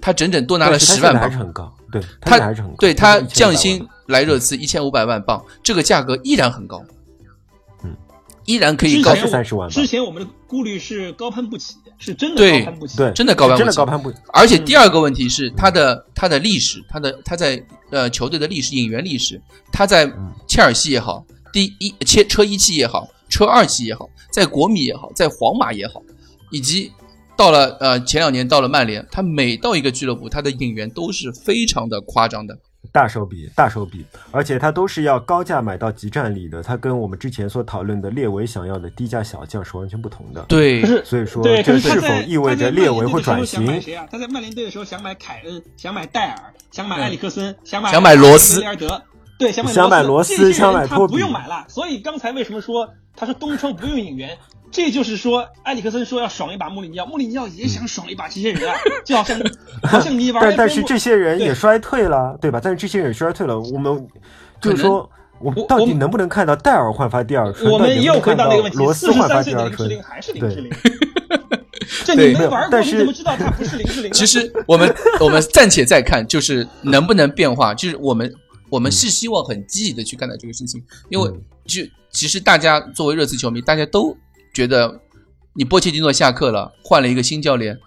他整整多拿了
但是他
十万
现在还
镑
是。很高，对，他
他
现在还是很高，
对
他
他
是1100
降
万
薪，来热刺一千五百万镑，这个价格依然很高，
嗯，
依然可以
之
高
还
前
是
我
30万吧
之前我们的顾虑是高攀不起，是真的
对
高攀不起。
对，
真的高攀
真的
不起
高攀不起，
而且第二个问题是他的他的历史，他的他在呃球队的历史引援历史，他在
嗯
切尔西也好，第一切车一期也好，车二期也好，在国米也好，在皇马也好，以及到了呃前两年到了曼联，他每到一个俱乐部，他的引援都是非常的夸张的。
大手笔，大手笔，而且他都是要高价买到集战力的，他跟我们之前所讨论的列维想要的低价小将是完全不同的，
对
可是
所以说
对，可
这
是他
是否
在
意味着列维会转
他在曼联队的
型
时候想买？谁啊？他在曼联队的时候想买凯恩，想买戴尔，想买埃里克森，想买
嗯想买罗斯
埃里克森利尔德，对，想买
想买罗
罗
斯
这些人
想买托
他
比
不用买了。所以刚才为什么说他说东窗不用引援？这就是说，埃里克森说要爽一把穆里尼奥，穆里尼奥也想爽一把这些人啊，就
<laughs>
好像好像你玩
但
FM
但是这些人也
对
衰退了，对吧？但是这些人也衰退了，我们就是说。我们
我
到
我
底能不能看到戴尔焕发第二春？
我
到底
们
能
又
不能看
回到
到
那个问题，
罗斯
四十
焕发
三
第
岁的
二
林志
春？
玲还是林
对
志玲。 <laughs> 这你
对
没玩过，
但
你
是
怎么知道他不是林志玲呢？
其实我们我们暂且再看，就是能不能变化，就是我们我们是希望很积极的去看待这个事情，因为
嗯
就其实大家作为热刺球迷，大家都觉得你波切蒂诺下课了，换了一个新教练，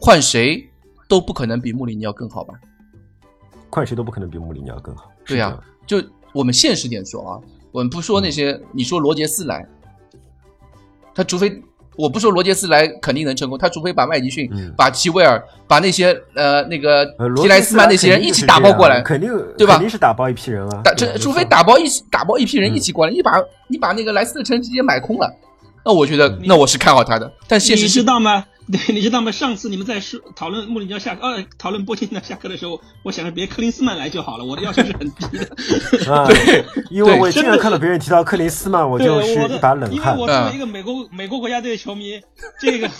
换谁都不可能比穆里尼奥更好吧？
快谁都不可能比穆里尼奥更好。
对呀、
是这样
就我们现实点说啊，我们不说
嗯
那些，你说罗杰斯来，他除非我不说罗杰斯来肯定能成功，他除非把麦迪逊、
嗯
把齐威尔、把那些呃那个
呃，罗
提莱
斯
斯曼
肯
那些人
定
一起
是
打
这
包
样
过来，
肯定
对吧
肯定是打包一批人啊，
打
对
这除非。
没错
打包一起打包一批人
嗯
一起过来，你把你把那个莱斯特城直接买空了，那我觉得那我是看好他的，但现实
你
是 <laughs>
知道 <laughs> 吗？对，你知道吗？上次你们在说讨论穆里尼奥下呃讨论波切蒂诺下课的时候，我想着别克林斯曼来就好了，我的要求是很低的。
啊，因为我经常看到别人提到克林斯曼，我
对，
就是
<laughs> 我
一把冷
因为
汗。
我作为一个美国美国国家队的球迷，这个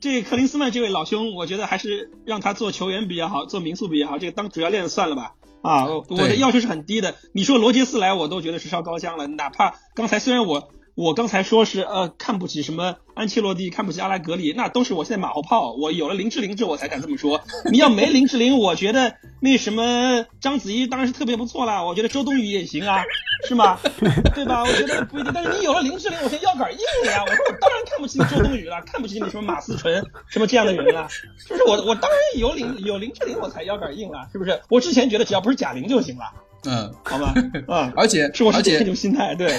这个克林斯曼这位老兄，我觉得还是让他做球员比较好，做民宿比较好，这个当主教练算了吧。啊，我我的
对
要求是很低的。你说罗杰斯来，我都觉得是烧高香了。哪怕刚才虽然我我刚才说是呃看不起什么安切洛蒂，看不起阿拉格里，那都是我现在马后炮。我有了林志玲之后，我才敢这么说。你要没林志玲，我觉得那什么章子怡当然是特别不错啦，我觉得周冬雨也行啊，是吗？对吧？我觉得不一定。但是你有了林志玲，我现在腰杆硬了呀。我说我当然看不起你周冬雨了，看不起你什么马思纯什么这样的人了。就是我我当然有林有林志玲，我才腰杆硬了，是不是？我之前觉得只要不是贾玲就行了，
嗯，
好吗？啊、
而且
是我是
而且
这种心态，
<laughs>
对。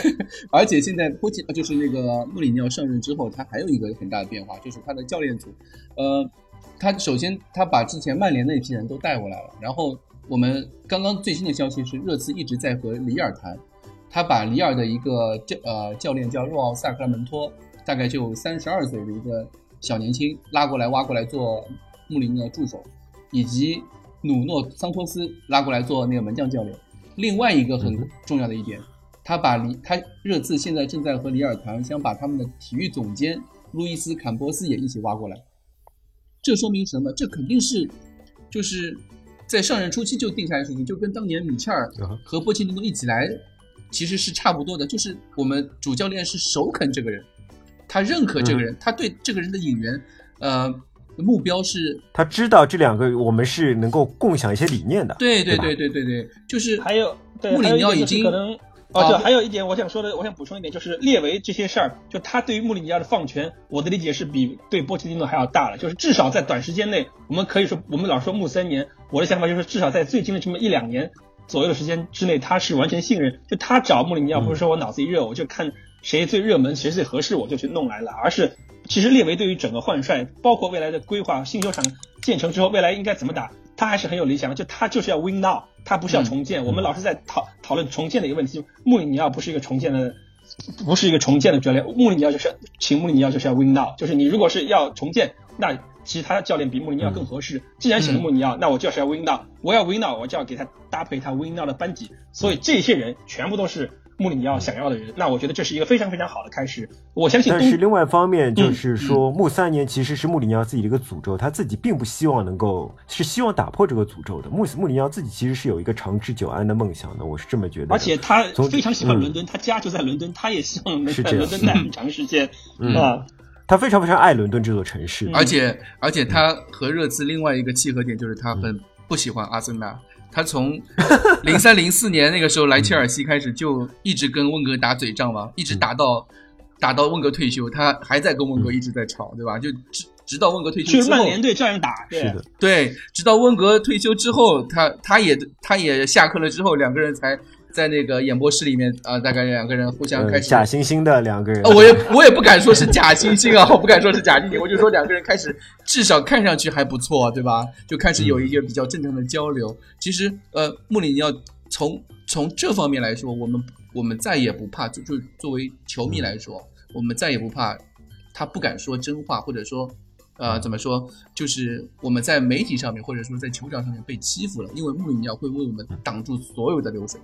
而且现在波切就是那个穆里尼奥上任之后，他还有一个很大的变化，就是他的教练组，呃，他首先他把之前曼联那批人都带过来了，然后我们刚刚最新的消息是热刺一直在和里尔谈，他把里尔的一个教呃教练叫若奥萨克拉门托，大概就三十二岁的一个小年轻拉过来挖过来做穆里尼奥助手，以及努诺桑托斯拉过来做那个门将教练。另外一个很重要的一点，他把里他热刺现在正在和里尔谈，想把他们的体育总监路易斯坎波斯也一起挖过来。这说明什么？这肯定是就是在上任初期就定下来的事情，就跟当年米切尔
啊哈
和波切蒂诺一起来，其实是差不多的。就是我们主教练是首肯这个人，他认可这个
嗯
人，他对这个人的引援，呃，目标是
他知道这两个我们是能够共享一些理念的。
对对
吧
对对对对，就是
还有对，
穆里
还有一
尼奥
点
已
就是
经
可能。哦，
啊
对，还有一点我想说的，我想补充一点，就是列维这些事儿，就他对于穆里尼奥的放权，我的理解是比对波切蒂诺还要大了。就是至少在短时间内，我们可以说，我们老说穆三年，我的想法就是至少在最近的这么一两年左右的时间之内，他是完全信任。就他找穆里尼奥，不是说我脑子一热，我就看谁最热门，谁最合适，我就去弄来了，而是其实列维对于整个换帅，包括未来的规划、新球场建成之后，未来应该怎么打，他还是很有理想的。就他就是要 win now，他不是要重建。我们老是在讨讨论重建的一个问题。穆里尼奥不是一个重建的，不是一个重建的教练。穆里尼奥就是，请穆里尼奥就是要 win now，就是你如果是要重建，那其他教练比穆里尼奥更合适。既然请
嗯
了穆里尼奥，那我就是要 win now，我要 win now，我就要给他搭配他 win now 的班底。所以这些人全部都是。穆里尼奥想要的人，那我觉得这是一个非常非常好的开始。我相信
<laughs> 但
东
是另外一方面，就是说穆三年其实是穆里尼奥自己的一个诅咒，他自己并不希望能够是希望打破这个诅咒的。穆斯穆里尼奥自己其实是有一个长治久安的梦想的，我是这么觉得的。
而且他
从
非常喜欢
嗯
伦敦，他家就在伦敦，他也希望能
是
在
这样
伦敦待很长时间啊。
嗯他非常非常爱伦敦这座城
嗯
市，呃
而且而且他和热刺另外一个契合点就是他很不喜欢阿森纳，他
<laughs>
从零三零四年那个时候来切尔西开始就一直跟温格打嘴仗嘛，一直
嗯
打到打到温格退休，他还在跟温格一直在吵，对吧？就直直到温格退休
去
之
曼
后，
联队照样打，对
是的，
对，直到温格退休之后，他他也他也下课了之后，两个人才在那个演播室里面啊、呃大概两个人互相开
嗯，
始
假惺惺的两个人，
哦
呃，我也我也不敢说是假惺惺啊，我不 <laughs> 敢说是假惺惺，我就说两个人开始至少看上去还不错，对吧？就开始
嗯
有一些比较正常的交流。其实，呃，穆里尼奥从从这方面来说，我们我们再也不怕，就就作为球迷来说，
嗯
我们再也不怕他不敢说真话，或者说。呃，怎么说？就是我们在媒体上面，或者说在球场上面被欺负了，因为穆里尼奥会为我们
嗯
挡住所有的流水，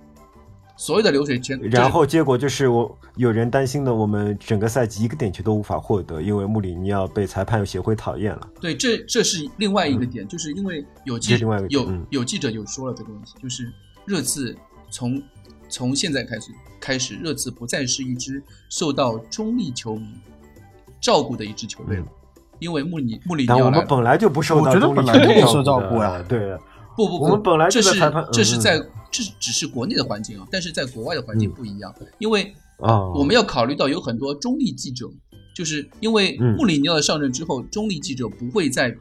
所有的流水全。就是
然后结果就是我有人担心的，我们整个赛季一个点球都无法获得，因为穆里尼奥被裁判协会讨厌了。
对，这这是另外一个点，就是因为有记
嗯这是另外一个点
有
嗯
有记者就说了这个问题，就是热刺从从现在开始开始，热刺不再是一支受到中立球迷照顾的一支球队了，因为穆里穆里尼
嗯但
奥
我
来
们
了，
本来就不受
我
到
觉得
中立
本来
球
就
迷
不受照顾
的
呀
对，
不不不，
我们本来
这
就在
是
裁判
这是
嗯
在这是只是国内的环境啊，但是在国外的环境
嗯
不一样，因为
哦，
我们要考虑到有很多中立记者，就是因为
嗯
穆里尼奥的上任之后，中立记者不会再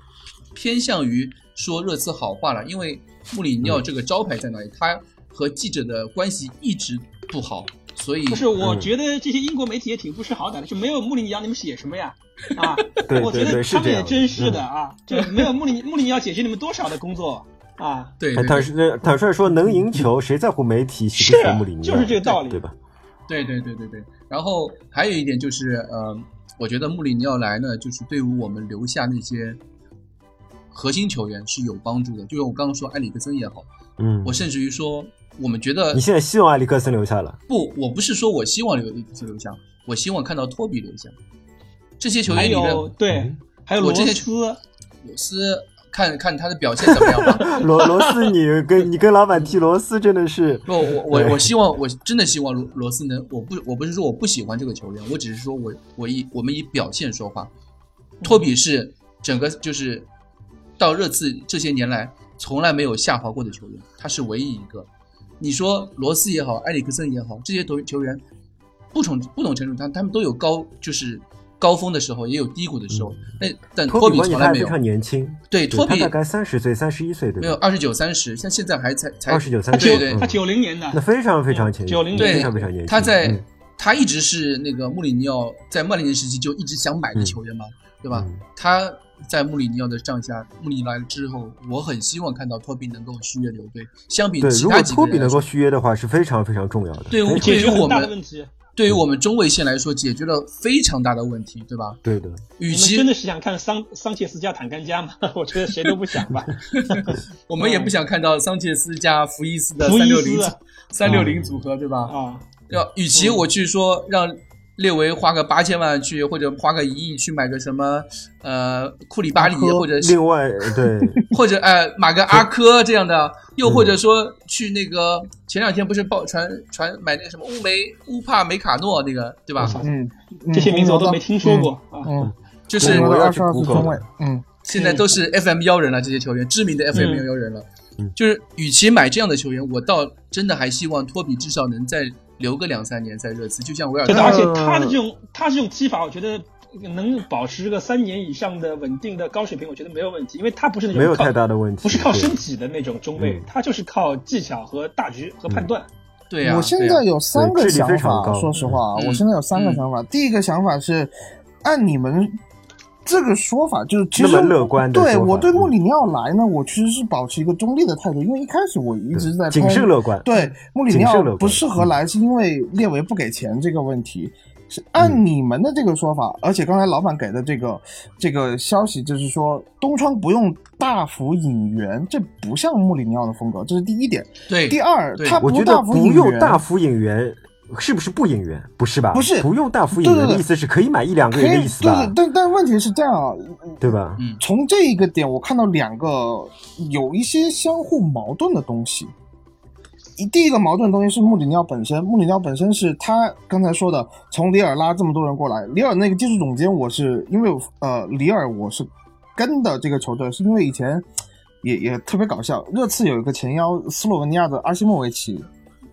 偏向于说热刺好话了，因为穆里尼奥这个招牌在那里，他和记者的关系一直不好，所以
不是，我觉得这些英国媒体也挺不识好歹的，就没有穆里尼奥，你们写什么呀？啊，
<laughs> 对
我觉
对
得
对是
他
这
们也
样的
真是的
嗯
啊，就没有穆里穆里尼奥解决你们多少的工作啊？
对对
哎坦
对
率坦率说，能赢球谁在乎媒体？谁
是
在
啊
乎穆里尼奥？
就是这个道理
对吧？
对对对对对。然后还有一点就是，呃，我觉得穆里尼奥来呢，就是对于我们留下那些核心球员是有帮助的，就像我刚刚说埃里克森也好，
嗯
我，甚至于说，我们觉得
你现在希望埃里克森留下了，
不，我不是说我希望留一直留下，我希望看到托比留下。这些球
还
员里
有
面，
对，还有
我
罗
之前
斯，
有斯看看他的表现怎么样吧。
罗罗斯，
<laughs>
你跟你跟老板提罗斯真的是，
不，我我我希望，我真的希望罗罗斯能，我不我不是说我不喜欢这个球员，我只是说我我以我们以表现说话。托比是整个就是到热刺这些年来从来没有下滑过的球员，他是唯一一个。你说罗斯也好，埃里克森也好，这些球球员不同不同程度上，他们都有高就是高峰的时候，也有低谷的时候。那但
嗯托
托
比
比
关键
从
他
来
还
没
非
有，
常年轻，
对托
他
比
大概三十岁、三十一岁对
没有
吧？
二十九三十，像现在还才才
29
他九
对
30
对
他九零年的
嗯那，非常非常前，
90年
对
非常非常年轻。
他在、
嗯
他一直是那个穆里尼奥在曼联时期就一直想买的球员嘛，对吧？
嗯
他在穆里尼奥的帐下，穆里尼来了之后，我很希望看到托比能够续约留队。相比
对，
其
如
他
果
几个
托比
人来
能
说
够，续约的话，是非常非常重要的。
对
非常
解
对于
决
我
很大的
们
问题。
对于我们中卫线来说，解决了非常大的问题，对吧？
对的，
与
你们
其
真的是想看桑桑切斯加坦甘加吗？我觉得谁都不想
<laughs>
吧。
我们也不想看到桑切斯加福伊斯的
福伊
三
斯
六零三六零组合，对吧？
啊，
要与其
嗯
我去说让列维花个八千万去，或者花个一亿去买个什么呃库里巴里，
科
或者是
另外对
或者哎、呃、买个阿科这样的，又或
嗯
者说去那个前两天不是报传传买那个什么乌梅乌帕梅卡诺那个对吧？
嗯，嗯
这些名字我都没听说过啊。
嗯。嗯，
就是
对
我
我要
二
去
十二岁
Google
中卫
了，
嗯，
现在都是 FM 幺人了，这些球员知名的 FM 幺人了。
嗯
就是与其买这样的球员，我倒真的还希望托比至少能再留个两三年在热刺，就像维尔
对
特
的，
嗯
而
呃
且他的这种他这种踢法，我觉得能保持个三年以上的稳定的高水平，我觉得没有问题，因为他不是那种
没有
靠
太大的问题，
不是靠
对
身体的那种中卫
嗯，
他就是靠技巧和大局和判断。
对呀、
我现
对啊呀
在有三
对
个
智力
想
非常
法，
高
说实话，
嗯
我现在有三个
嗯
想法。第一个想法是，按你们这个说法，就是其
那
实
么乐观的
对
说法
我对
嗯
穆里尼奥来呢，我其实是保持一个中立的态度，因为一开始我一直在
对谨
抨
慎乐观。
对，穆里尼
谨慎乐
奥
观
不适合来，是因为列维不给钱这个问题。是
嗯
按你们的这个说法，而且刚才老板给的这个这个消息，就是说东窗不用大幅引援，这不像穆里尼奥的风格，这是第一点。
对
第二，
对
他
我觉得
大幅
不
引
用
援，
大幅引援，是不是不引援？不是吧？
不是
不用大幅引援
对对
的
对
意思是可以买一两个
可以，
人的
对
意思吧
对，？但但问题是这样啊，
对吧？
从这一个点，我看到两个有一些相互矛盾的东西。一第一个矛盾的东西是穆里尼奥本身，穆里尼奥本身是他刚才说的，从里尔拉这么多人过来，里尔那个技术总监，我是因为呃里尔我是跟的这个球队，是因为以前也也特别搞笑，热刺有一个前腰斯洛文尼亚的阿西莫维奇，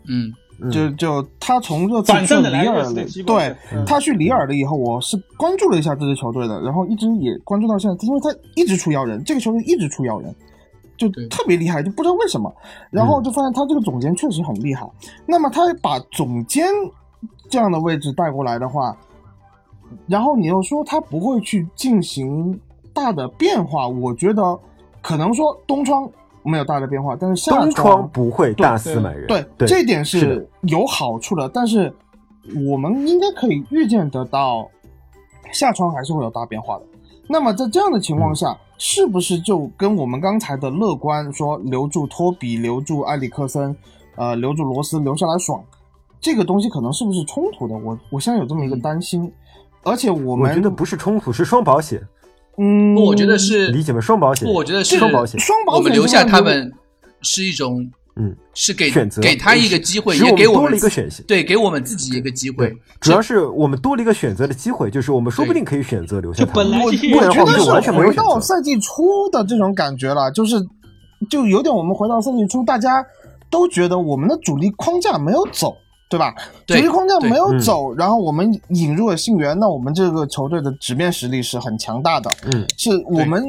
嗯，
嗯
就就他从热刺
短
去
暂的来
里尔
热
了
刺队踢，过
对
嗯
他去里尔了以后，我是关注了一下这支球队的，然后一直也关注到现在，因为他一直出妖人，这个球队一直出妖人，就
对
特别厉害，就不知道为什么。然后就发现他这个总监确实很厉害。那么他把总监这样的位置带过来的话，然后你又说他不会去进行大的变化，我觉得可能说东窗没有大的变化，但是下
东窗不会大肆买人，
对，
对，
这点
是的
是有好处的，但是我们应该可以预见得到，下窗还是会有大变化的。那么在这样的情
嗯
况下，是不是就跟我们刚才的乐观说留住托比、留住埃里克森、呃留住罗斯、留下来爽，这个东西可能是不是冲突的？我我现在有这么一个担心，而且我
嗯我
们
觉得不是冲突，是双保险，
嗯，
不，我觉得是
理解吗？双保险，
不，我觉得是
双保险，
双保险
我们留
这
下
样
他
如果
们是一种，
嗯，
是给
选择
给他一个机会，
使
也给
我们多
们
了一个
自
选项。
对，给我们自己一个机会
对。，主要是我们多了一个选择的机会，就是我们说不定可以选择留下
就
他
本
们
来这些
不
我
然
人
的
觉
话我们就
得
完
是
全没有
回
选
到
择。
赛季初的这种感觉了，就是就有点我们回到赛季初，大家都觉得我们的主力框架没有走，对吧？主
对
力框架
对
没有
嗯
走，然后我们引入了信源，那我们这个球队的直面实力是很强大的，
嗯，
是我们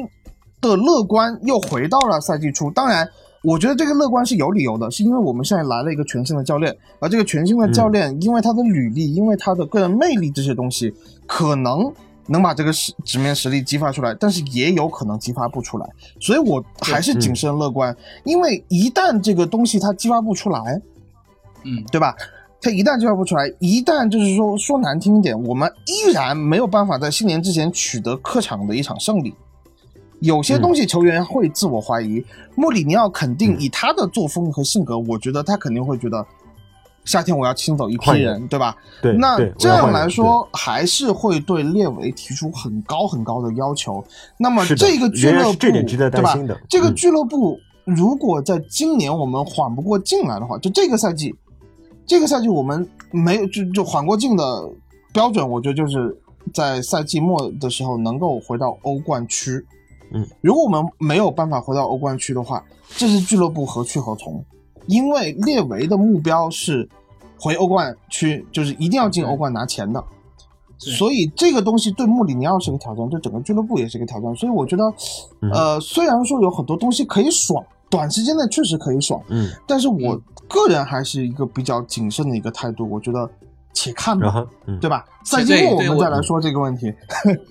的乐观又回到了赛季初。当然，我觉得这个乐观是有理由的，是因为我们现在来了一个全新的教练，而这个全新的教练，因为他的履历，因为他的个人魅力这些东西，可能能把这个实纸面实力激发出来，但是也有可能激发不出来。所以我还是谨慎乐观，因为一旦这个东西它激发不出来，
嗯，
对吧？它一旦激发不出来，一旦就是说说难听一点，我们依然没有办法在新年之前取得客场的一场胜利。有些东西球员会自我怀疑，穆里尼奥肯定以他的作风和性格，我觉得他肯定会觉得夏天我要清走一批
换人
人，对吧？
对，
那
对
这
我要
样
换
来
人
说，还是会对列维提出很高很高的要求。那么
是的
这个俱
仍然
乐
是
部，
这点值得担心的
对吧？这个
嗯
俱乐部如果在今年我们缓不过劲来的话，就这个赛季，这个赛季我们没有就就缓过劲的标准，我觉得就是在赛季末的时候能够回到欧冠区。
嗯，
如果我们没有办法回到欧冠区的话，这支俱乐部何去何从？因为列维的目标是回欧冠区，就是一定要进欧冠拿钱的，
对
所以这个东西对穆里尼奥是个挑战，对整个俱乐部也是个挑战。所以我觉得，
嗯
呃，虽然说有很多东西可以爽，短时间内确实可以爽，
嗯，
但是我个人还是一个比较谨慎的一个态度。我觉得，且看
然
吧，
后嗯，
对
<laughs>
吧？赛
对
季末我
对
们
我
再来说这个问题。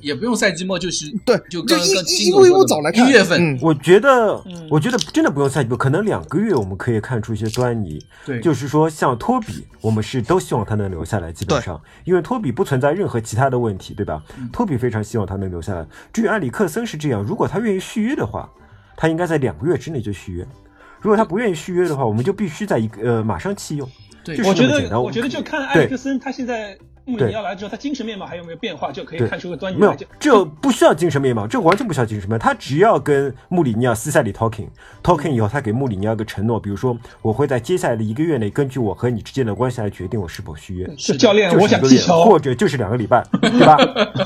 也不用赛季末，就是
对，
就
就
刚刚
一一一
金
步
总
一
说
步
的
走
嘛
来看。
一月份
嗯，
我觉得
嗯，
我觉得真的不用赛季末，可能两个月我们可以看出一些端倪。
对，
就是说，像托比，我们是都希望他能留下来，基本上，因为托比不存在任何其他的问题，对吧？托比非常希望他能留下来。至于埃里克森是这样，如果他愿意续约的话，他应该在两个月之内就续约；如果他不愿意续约的话，我们就必须在一个呃马上弃用。
对
就是
我
这
觉
么简单
得，
我
我觉得就看埃里克森他现在穆里尼奥来之后，他精神面貌还有没有变化，就可以
对
看出个端倪
没有
来。就，
这不需要精神面貌，这完全不需要精神面貌。他只要跟穆里尼奥私下里 talking talking 以后，他给穆里尼奥一个承诺，比如说我会在接下来的一个月内，根据我和你之间的关系来决定我是否续约。
是教练，
就是
我
一
想
个
踢
月，
球
或。者就是两个礼拜，对 <laughs> 吧？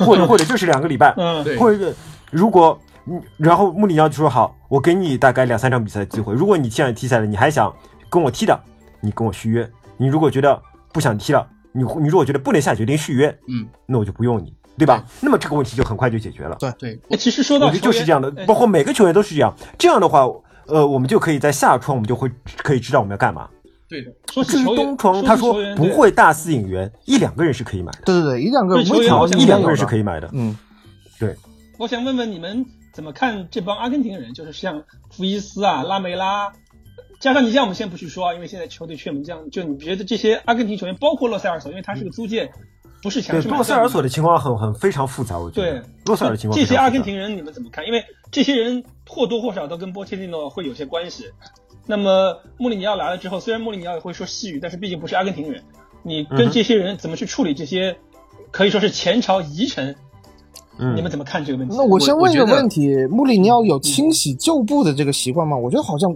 或者或者就是两个礼拜，
嗯，
对
或者如果你然后穆里尼奥就说好，我给你大概两三场比赛的机会，如果你现在踢下来，你还想跟我踢的，你跟我续约；你如果觉得不想踢了，你你如果觉得不能下决定续约，
嗯，
那我就不用你，对吧？那么这个问题就很快就解决了。
对，
哎其实说
我
到
觉得
球
就是
员
这样的，
哎
包括每个球员都是这样。这样的话，呃，我们就可以在下窗，我们就会可以知道我们要干嘛。
对的，
说
至
起
于
球员
东，窗，他
起
说
球员
不，会大肆引援，一两个人是可以买的。
对对对，一两个
对球
微
员
调
好像
应
一
该
两个
有
人是
的
可以买的。
嗯，
对我想问问你们怎么看这帮阿根廷人，就是像福伊斯啊、拉梅拉，加上尼加，我们先不去说啊，因为现在球队缺门将。就你觉得这些阿根廷球员，包括洛塞尔索，因为他是个租借，不是强
对，
势买
洛塞
断
尔
的
索的情况很很非常复杂，我觉
对
得。洛塞尔的情况
这
非常复
些
杂
阿根廷人你们怎么看？因为这些人或多或少都跟波切蒂诺会有些关系。那么穆里尼奥来了之后，虽然穆里尼奥也会说西语，但是毕竟不是阿根廷人，你
嗯
跟
哼
这些人怎么去处理这些可以说是前朝遗臣？
嗯
你们怎么看这个问题
那？我先问一个
我觉得嗯
问题：穆里尼奥有清洗旧部的这个习惯吗？我觉得好像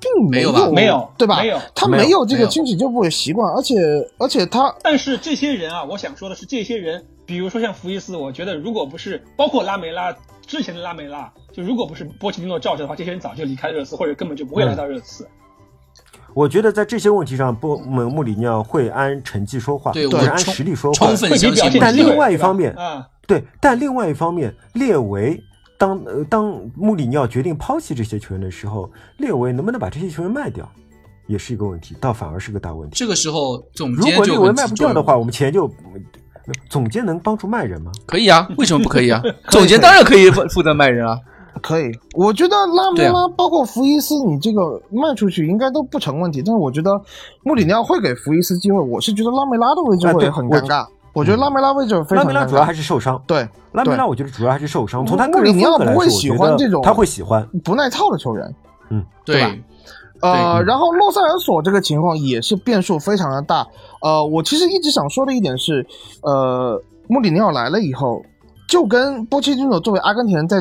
并
没有
有，
吧
没有
对吧？
没有
他
没有
有这
没
个
有
清洗旧部的习惯，而且而且他
但是这些人啊，我想说的是，这些人，比如说像福伊斯，我觉得如果不是包括拉梅拉之前的拉梅拉，就如果不是波切蒂诺罩着的话，这些人早就离开热刺，或者根本就不会来
嗯
到热刺。
我觉得在这些问题上，波穆穆里尼奥会按成绩说话，
对
会
我
按
充
实力说话，
充分
会比
相
表
信
现
穆
但
里尼
机
奥
会
另外一
对吧
方面
啊，
对，但另外一方面，列维当呃当穆里尼奥决定抛弃这些球员的时候，列维能不能把这些球员卖掉，也是一个问题，倒反而是个大问题。
这个时候总
如
监
果列
就
维
很
卖
集
不掉
中
的话，我们钱就呃总监能帮助卖人吗？
可以啊，为什么不可以
<laughs>
啊？总监当然可以负负责卖人啊，
可以，我觉得拉梅
对
拉
啊
包括福伊斯，你这个卖出去应该都不成问题。但是我觉得穆里尼奥会给福伊斯机会，我是觉得拉梅拉的位置
啊
会
对
很
我
尴尬。我觉得拉梅拉位置非
拉
常
梅拉
尴
主要还
尬。
是受伤，
对，
拉梅
对
拉我觉得主要还是受伤。从他
穆
个
里
人
尼
风
奥
格来说，
不会
我
喜
觉
欢
得
这种
他会喜欢。
不耐操的球员。对吧
对，嗯
呃，然后洛塞尔索这个情况也是变数非常的大。呃，我其实一直想说的一点是，呃，穆里尼奥来了以后，就跟波切蒂诺作为阿根廷人在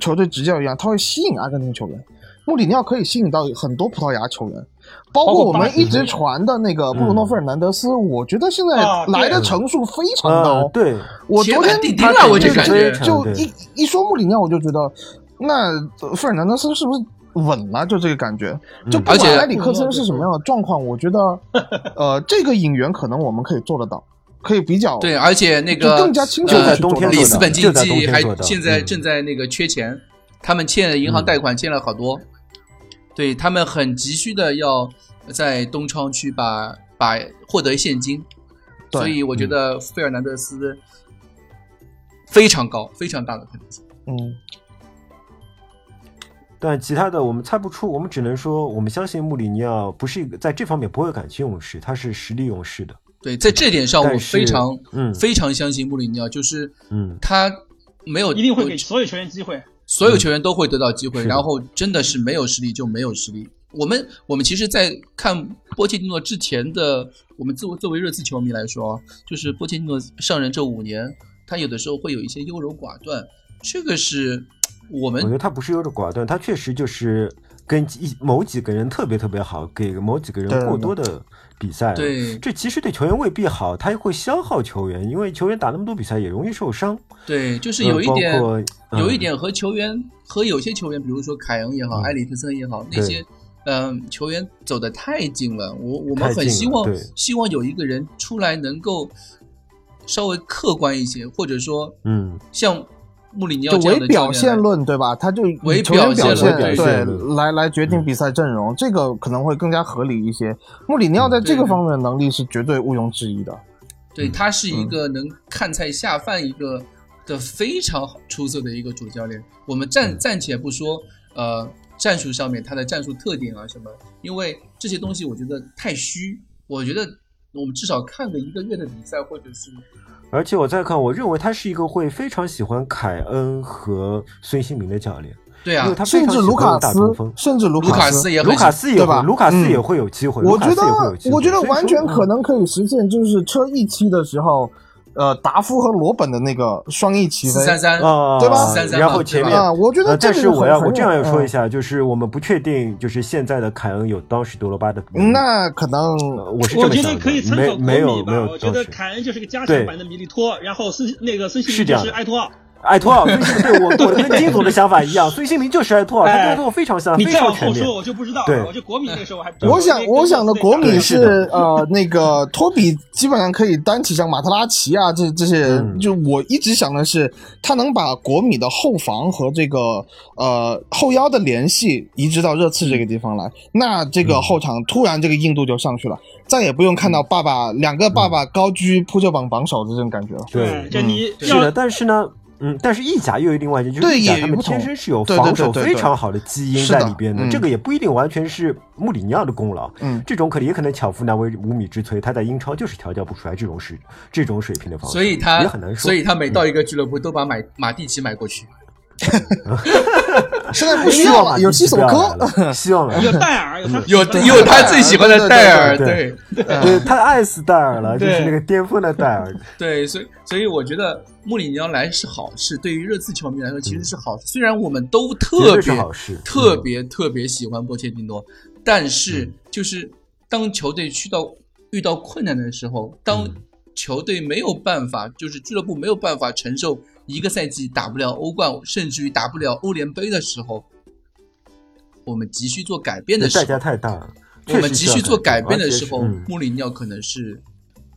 球队执教一样，他会吸引阿根廷球员。穆里尼奥可以吸引到很多葡萄牙球员，包括我们一直传的那个布鲁诺
嗯
·费尔南德斯，我觉得现在
啊对
来的成数非常高。
呃，对，
我昨
铁板
天
钉钉
他
了我就
对
感觉
就
对
一一说穆里尼奥，我就觉得那呃费尔南德斯是不是稳了？就这个感觉，就
嗯
不
而且嗯
管埃里克森是什么样的状况，我
<laughs>
觉得呃，这个引援可能我们可以做得到，可以比较
对，而且那
就
个
更加清楚
呃
就在冬天
里
做
斯
的
本
就
竞
在冬
技
天
还
做的
现在
嗯
正在那个缺钱，他们欠银行贷款欠了好多，对他们很急需的要在东窗去把把获得现金，
对
所以我
嗯
觉得费尔南德斯非常高，非常大的可能性。
嗯，
但其他的我们猜不出，我们只能说我们相信穆里尼奥不是一个在这方面不会感情用事，他是实力用事的。
对，在这点上
但
哦我
是
非常
嗯
非常相信穆里尼奥，就是
嗯
他没有
一定会给所有球员机会。
所有球员都会得到机会，
是的
然后真的是没有实力就没有实力。我们我们其实，在看波切蒂诺之前的，我们作为作为热刺球迷来说啊，就是波切蒂诺上任这五年，他有的时候会有一些优柔寡断，这个是我
我
们
觉得他不是优柔寡断，他确实就是跟一某几个人特别特别好，给某几个
对
人过多的比赛了。
对
这其实对球员未必好，他会消耗球员，因为球员打那么多比赛也容易受伤。
对，就是
嗯
有一点、
包括嗯
有一点和球员和有些球员，比如说凯恩也好，
嗯
埃里克森也好，那
对
些嗯、球员走的太近了。我我们
太
很
近
希
了
望
对
希望有一个人出来能够稍微客观一些，或者说
嗯，
像穆里尼奥
就
这样
伪
的
表
教练
现
来
论对吧？他就
唯
以球员
表
表
现
论
对
对
来来决定比赛阵容，这个可能会更加合理一些。穆里尼奥在这个
对
方面的能力是绝对毋庸置疑的。
对
嗯
他是一个能看菜下饭一个的非常好出色的一个主教练。我们
嗯
暂暂且不说，呃，战术上面他的战术特点啊什么，因为这些东西我觉得太虚。我觉得我们至少看个一个月的比赛，或者是
而且我再看，我认为他是一个会非常喜欢凯恩和孙兴民的教练，
对
因
啊
为，他非
甚
常喜
至卢卡
欢打中
斯
锋，。
甚至卢
卢卡斯
斯，
也
卢
很
卡斯也
对吧
会，卢卡斯
嗯
也会有机会。
我
卢卡
觉
斯
得
也会有机会
我觉得
所以说
完全可
嗯
能可以实现，就是车一期的时候，呃，达夫和罗本的那个双翼齐飞
四三三，
啊，
对吧
33
然
嘛
后
对
前
吧
面
啊，我觉得
呃，
这
但
个
是我
很
要
很
我这样要说一
嗯
下，就是我们不确定，就是现在的凯恩有当时德罗巴的能力，
嗯那可能
呃我是这
我
么
觉
想的，
得可以参考
没
国
没
米
有没
吧。
有，
我觉得
当时
凯恩就是个加强版的米利托，然后孙那个孙兴
是
慜
这
就
样
是
的啊
埃托奥。
埃托奥，对我我跟金总的想法一
<laughs>
样，孙兴民就是埃托奥，他
哎
跟埃托奥非常像，
你
非
再往
常
后
全面
说，。我就不知道
对
了。我觉得国米那时候我还
我想，我想的国米
对
是
是的
呃，那个托比基本上可以单体，像马特拉齐啊，这这些人，
嗯
就我一直想的是，他能把国米的后防和这个呃后腰的联系移植到热刺这个地方
嗯
来，那这个后场突然这个硬度就上去了，再也不用看到
嗯
爸爸两个爸爸高居扑救榜榜首的这种感觉了。
对，
对，
就你
是的，
要
但是呢。嗯，但是意甲又有另外一件，就是
对
意甲
也
他们
不同
天生是有
对对
防
对
守
对
非
对
常好的基因
是
在
的
里边的，
嗯
这个也不一定完全是穆里尼奥的功劳，
嗯，
这种可能也可能巧妇难为无米之炊，他在英超就是调教不出来这种水这种水平的防守，
所以
也
他
很难说。嗯
所以他每到一个俱乐部都把买马蒂奇买过去。
现在不
不
需要啊了，有西索科。
科，哎希望啊来
有
了。
戴尔，有他
有有
有
他最喜欢的戴尔，
对对对
对
对，他爱死戴尔了，就
对
是那个巅峰的戴尔。
对，所以所以我觉得穆里尼奥来是好事，对于热刺球迷来说其实是好事。虽然我们都
绝
特
对是
别
好事
特
嗯
别特别喜欢波切蒂诺，但是就是当球队去到遇到困难的时候，当
嗯
球队没有办法，就是俱乐部没有办法承受一个赛季打不了欧冠，甚至于打不了欧联杯的时候，我们急需做改变的时
嗯代
候，
价太大了。
我们急需做改变的时候，
嗯
穆里尼奥可能是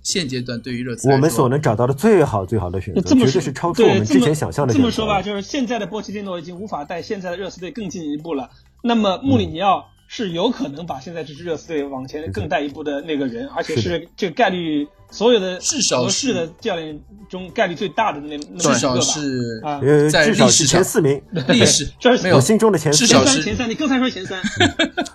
现阶段对于热刺来
我们
说
所能找到的最好最好的选择，
就这么
绝
说
对是超出我们之前想象的选择。
对这么。这么说吧，就是现在的波切蒂诺已经无法带现在的热刺队更进一步了。那么穆
嗯
里尼奥是有可能把现在这支热刺队往前更带一步的那个人，而且
是
是这个概率所有的
至少
合
是
适的教练中概率最大的那那么一个
至
吧。
少是
啊，
呃，
在
至
历
少
史
是
上
前四名，
历史
这是
没
我
有
心中的前四
至少
前
名。
三
是
前三，你刚才说前三，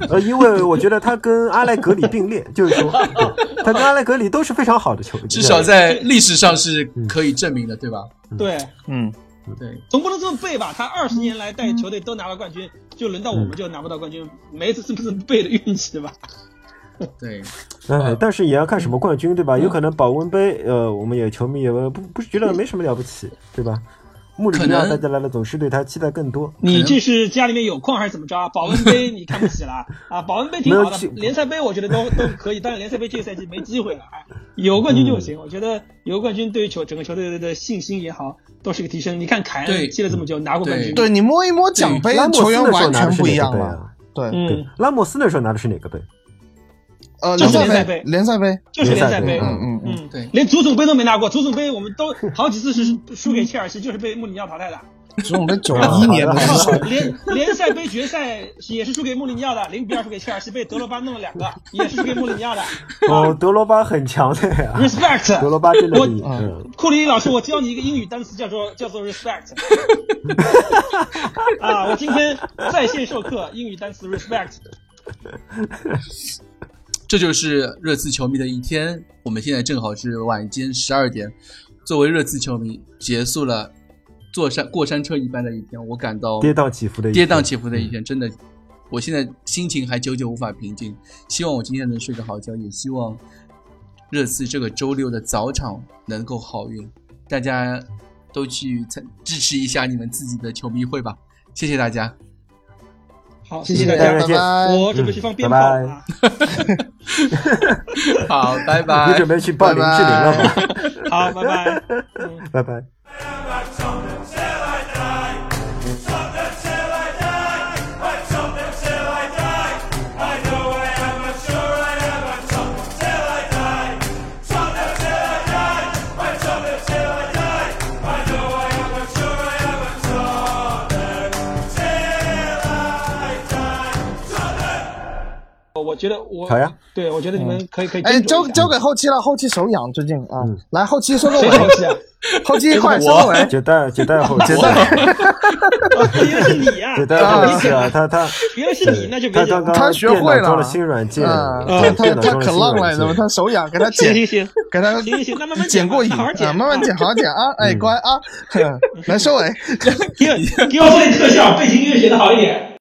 呃，因为我觉得他跟阿莱格里并列，就是说，对他跟阿莱格里都是非常好的球员。
至少在历史上是可以证明的，对吧？
对，
嗯，
对，
总不能这么背吧？他二十年来带球队都拿了冠军，就轮到我
嗯
们就拿不到冠军，没这这么背的运气吧？
对，
哎，但是也要看什么冠军，对吧？有可能保温杯，呃，我们也球迷也不不是觉得没什么了不起，对吧？穆里
可
尼奥
能
大家来了，总是对他期待更多。
你这是家里面有矿还是怎么着啊？保
<laughs>
温杯你看不起了啊？保温杯挺好
没有
的
去，
联赛杯我觉得都 <laughs> 都可以，但是联赛杯这个赛季没机会了啊。有冠军就
嗯
行，我觉得有冠军对于球整个球队的信心也好，都是个提升。你看凯
对
恩踢了这么久，拿过冠军，
对你摸一摸奖杯
拉，莫
球
斯
员
那时候
完
拿
全
的是
不一
哪
样
个杯
了。
啊？
对，
嗯
对，，拉莫斯那时候拿的是哪个杯？
呃，
就是
联赛
联赛
杯
杯，
联赛杯，
就是联赛杯，
联赛杯
嗯嗯嗯。
嗯，
<laughs>
对
连足总杯都没拿过，足总杯我们都好几次是输给切尔西，就是被穆里尼奥淘
<laughs>
汰的。
只有我们九一年的时候，
联联赛杯决赛也是输给穆里尼奥的，零比二输给切尔西，被德罗巴弄了两个，也是输给穆里
<laughs>
尼奥的。
哦，德罗巴很强的呀，德
Respect，
罗巴真的厉
嗯我
害。嗯
库里老师，我教你一个英语单词，叫做叫做 respect。啊，我今天在线授课，英语单词 respect。
这就是热刺球迷的一天。我们现在正好是晚间十二点，作为热刺球迷，结束了坐山过山车一般的一天，我感到
跌宕起伏的一
跌宕
天
起伏的一天，真的，我现在心情还久久无法平静。希望我今天能睡个好觉，也希望热刺这个周六的早场能够好运。大家都去参支持一下你们自己的球迷会吧，谢谢大家。
好，
谢
谢
谢大
家
再
家，拜
见
拜。
我准备去放鞭炮了啊。
好，拜拜。
你准备去报林志玲了吗？
好，拜拜。
拜拜。
我我觉得我
好呀，
对我觉得你们可以可以斟酌
哎，
一下。
交交给后期了，后期手痒最近啊，
嗯
来后期收
<laughs>
个
谁
尾
手，机啊？
后期快收个尾，
解带解带后
<laughs>
期，
原来是你啊！
解带后期啊，他他
原来是你，那就别
他
讲
刚刚
了。
他学会
电脑装
了
了新软件，
啊，
对
他
电脑
他
装了
可
新
浪了，
软
你知道吗？
件。
他手痒，给他
行
剪
行，行，
给他
行行行，那慢慢
剪过瘾
好好
啊，
剪，
慢慢剪，好好剪
嗯
<laughs>
<laughs> 啊，哎，乖啊，来收尾。
给我给我做点特效，背景音乐写的好一点。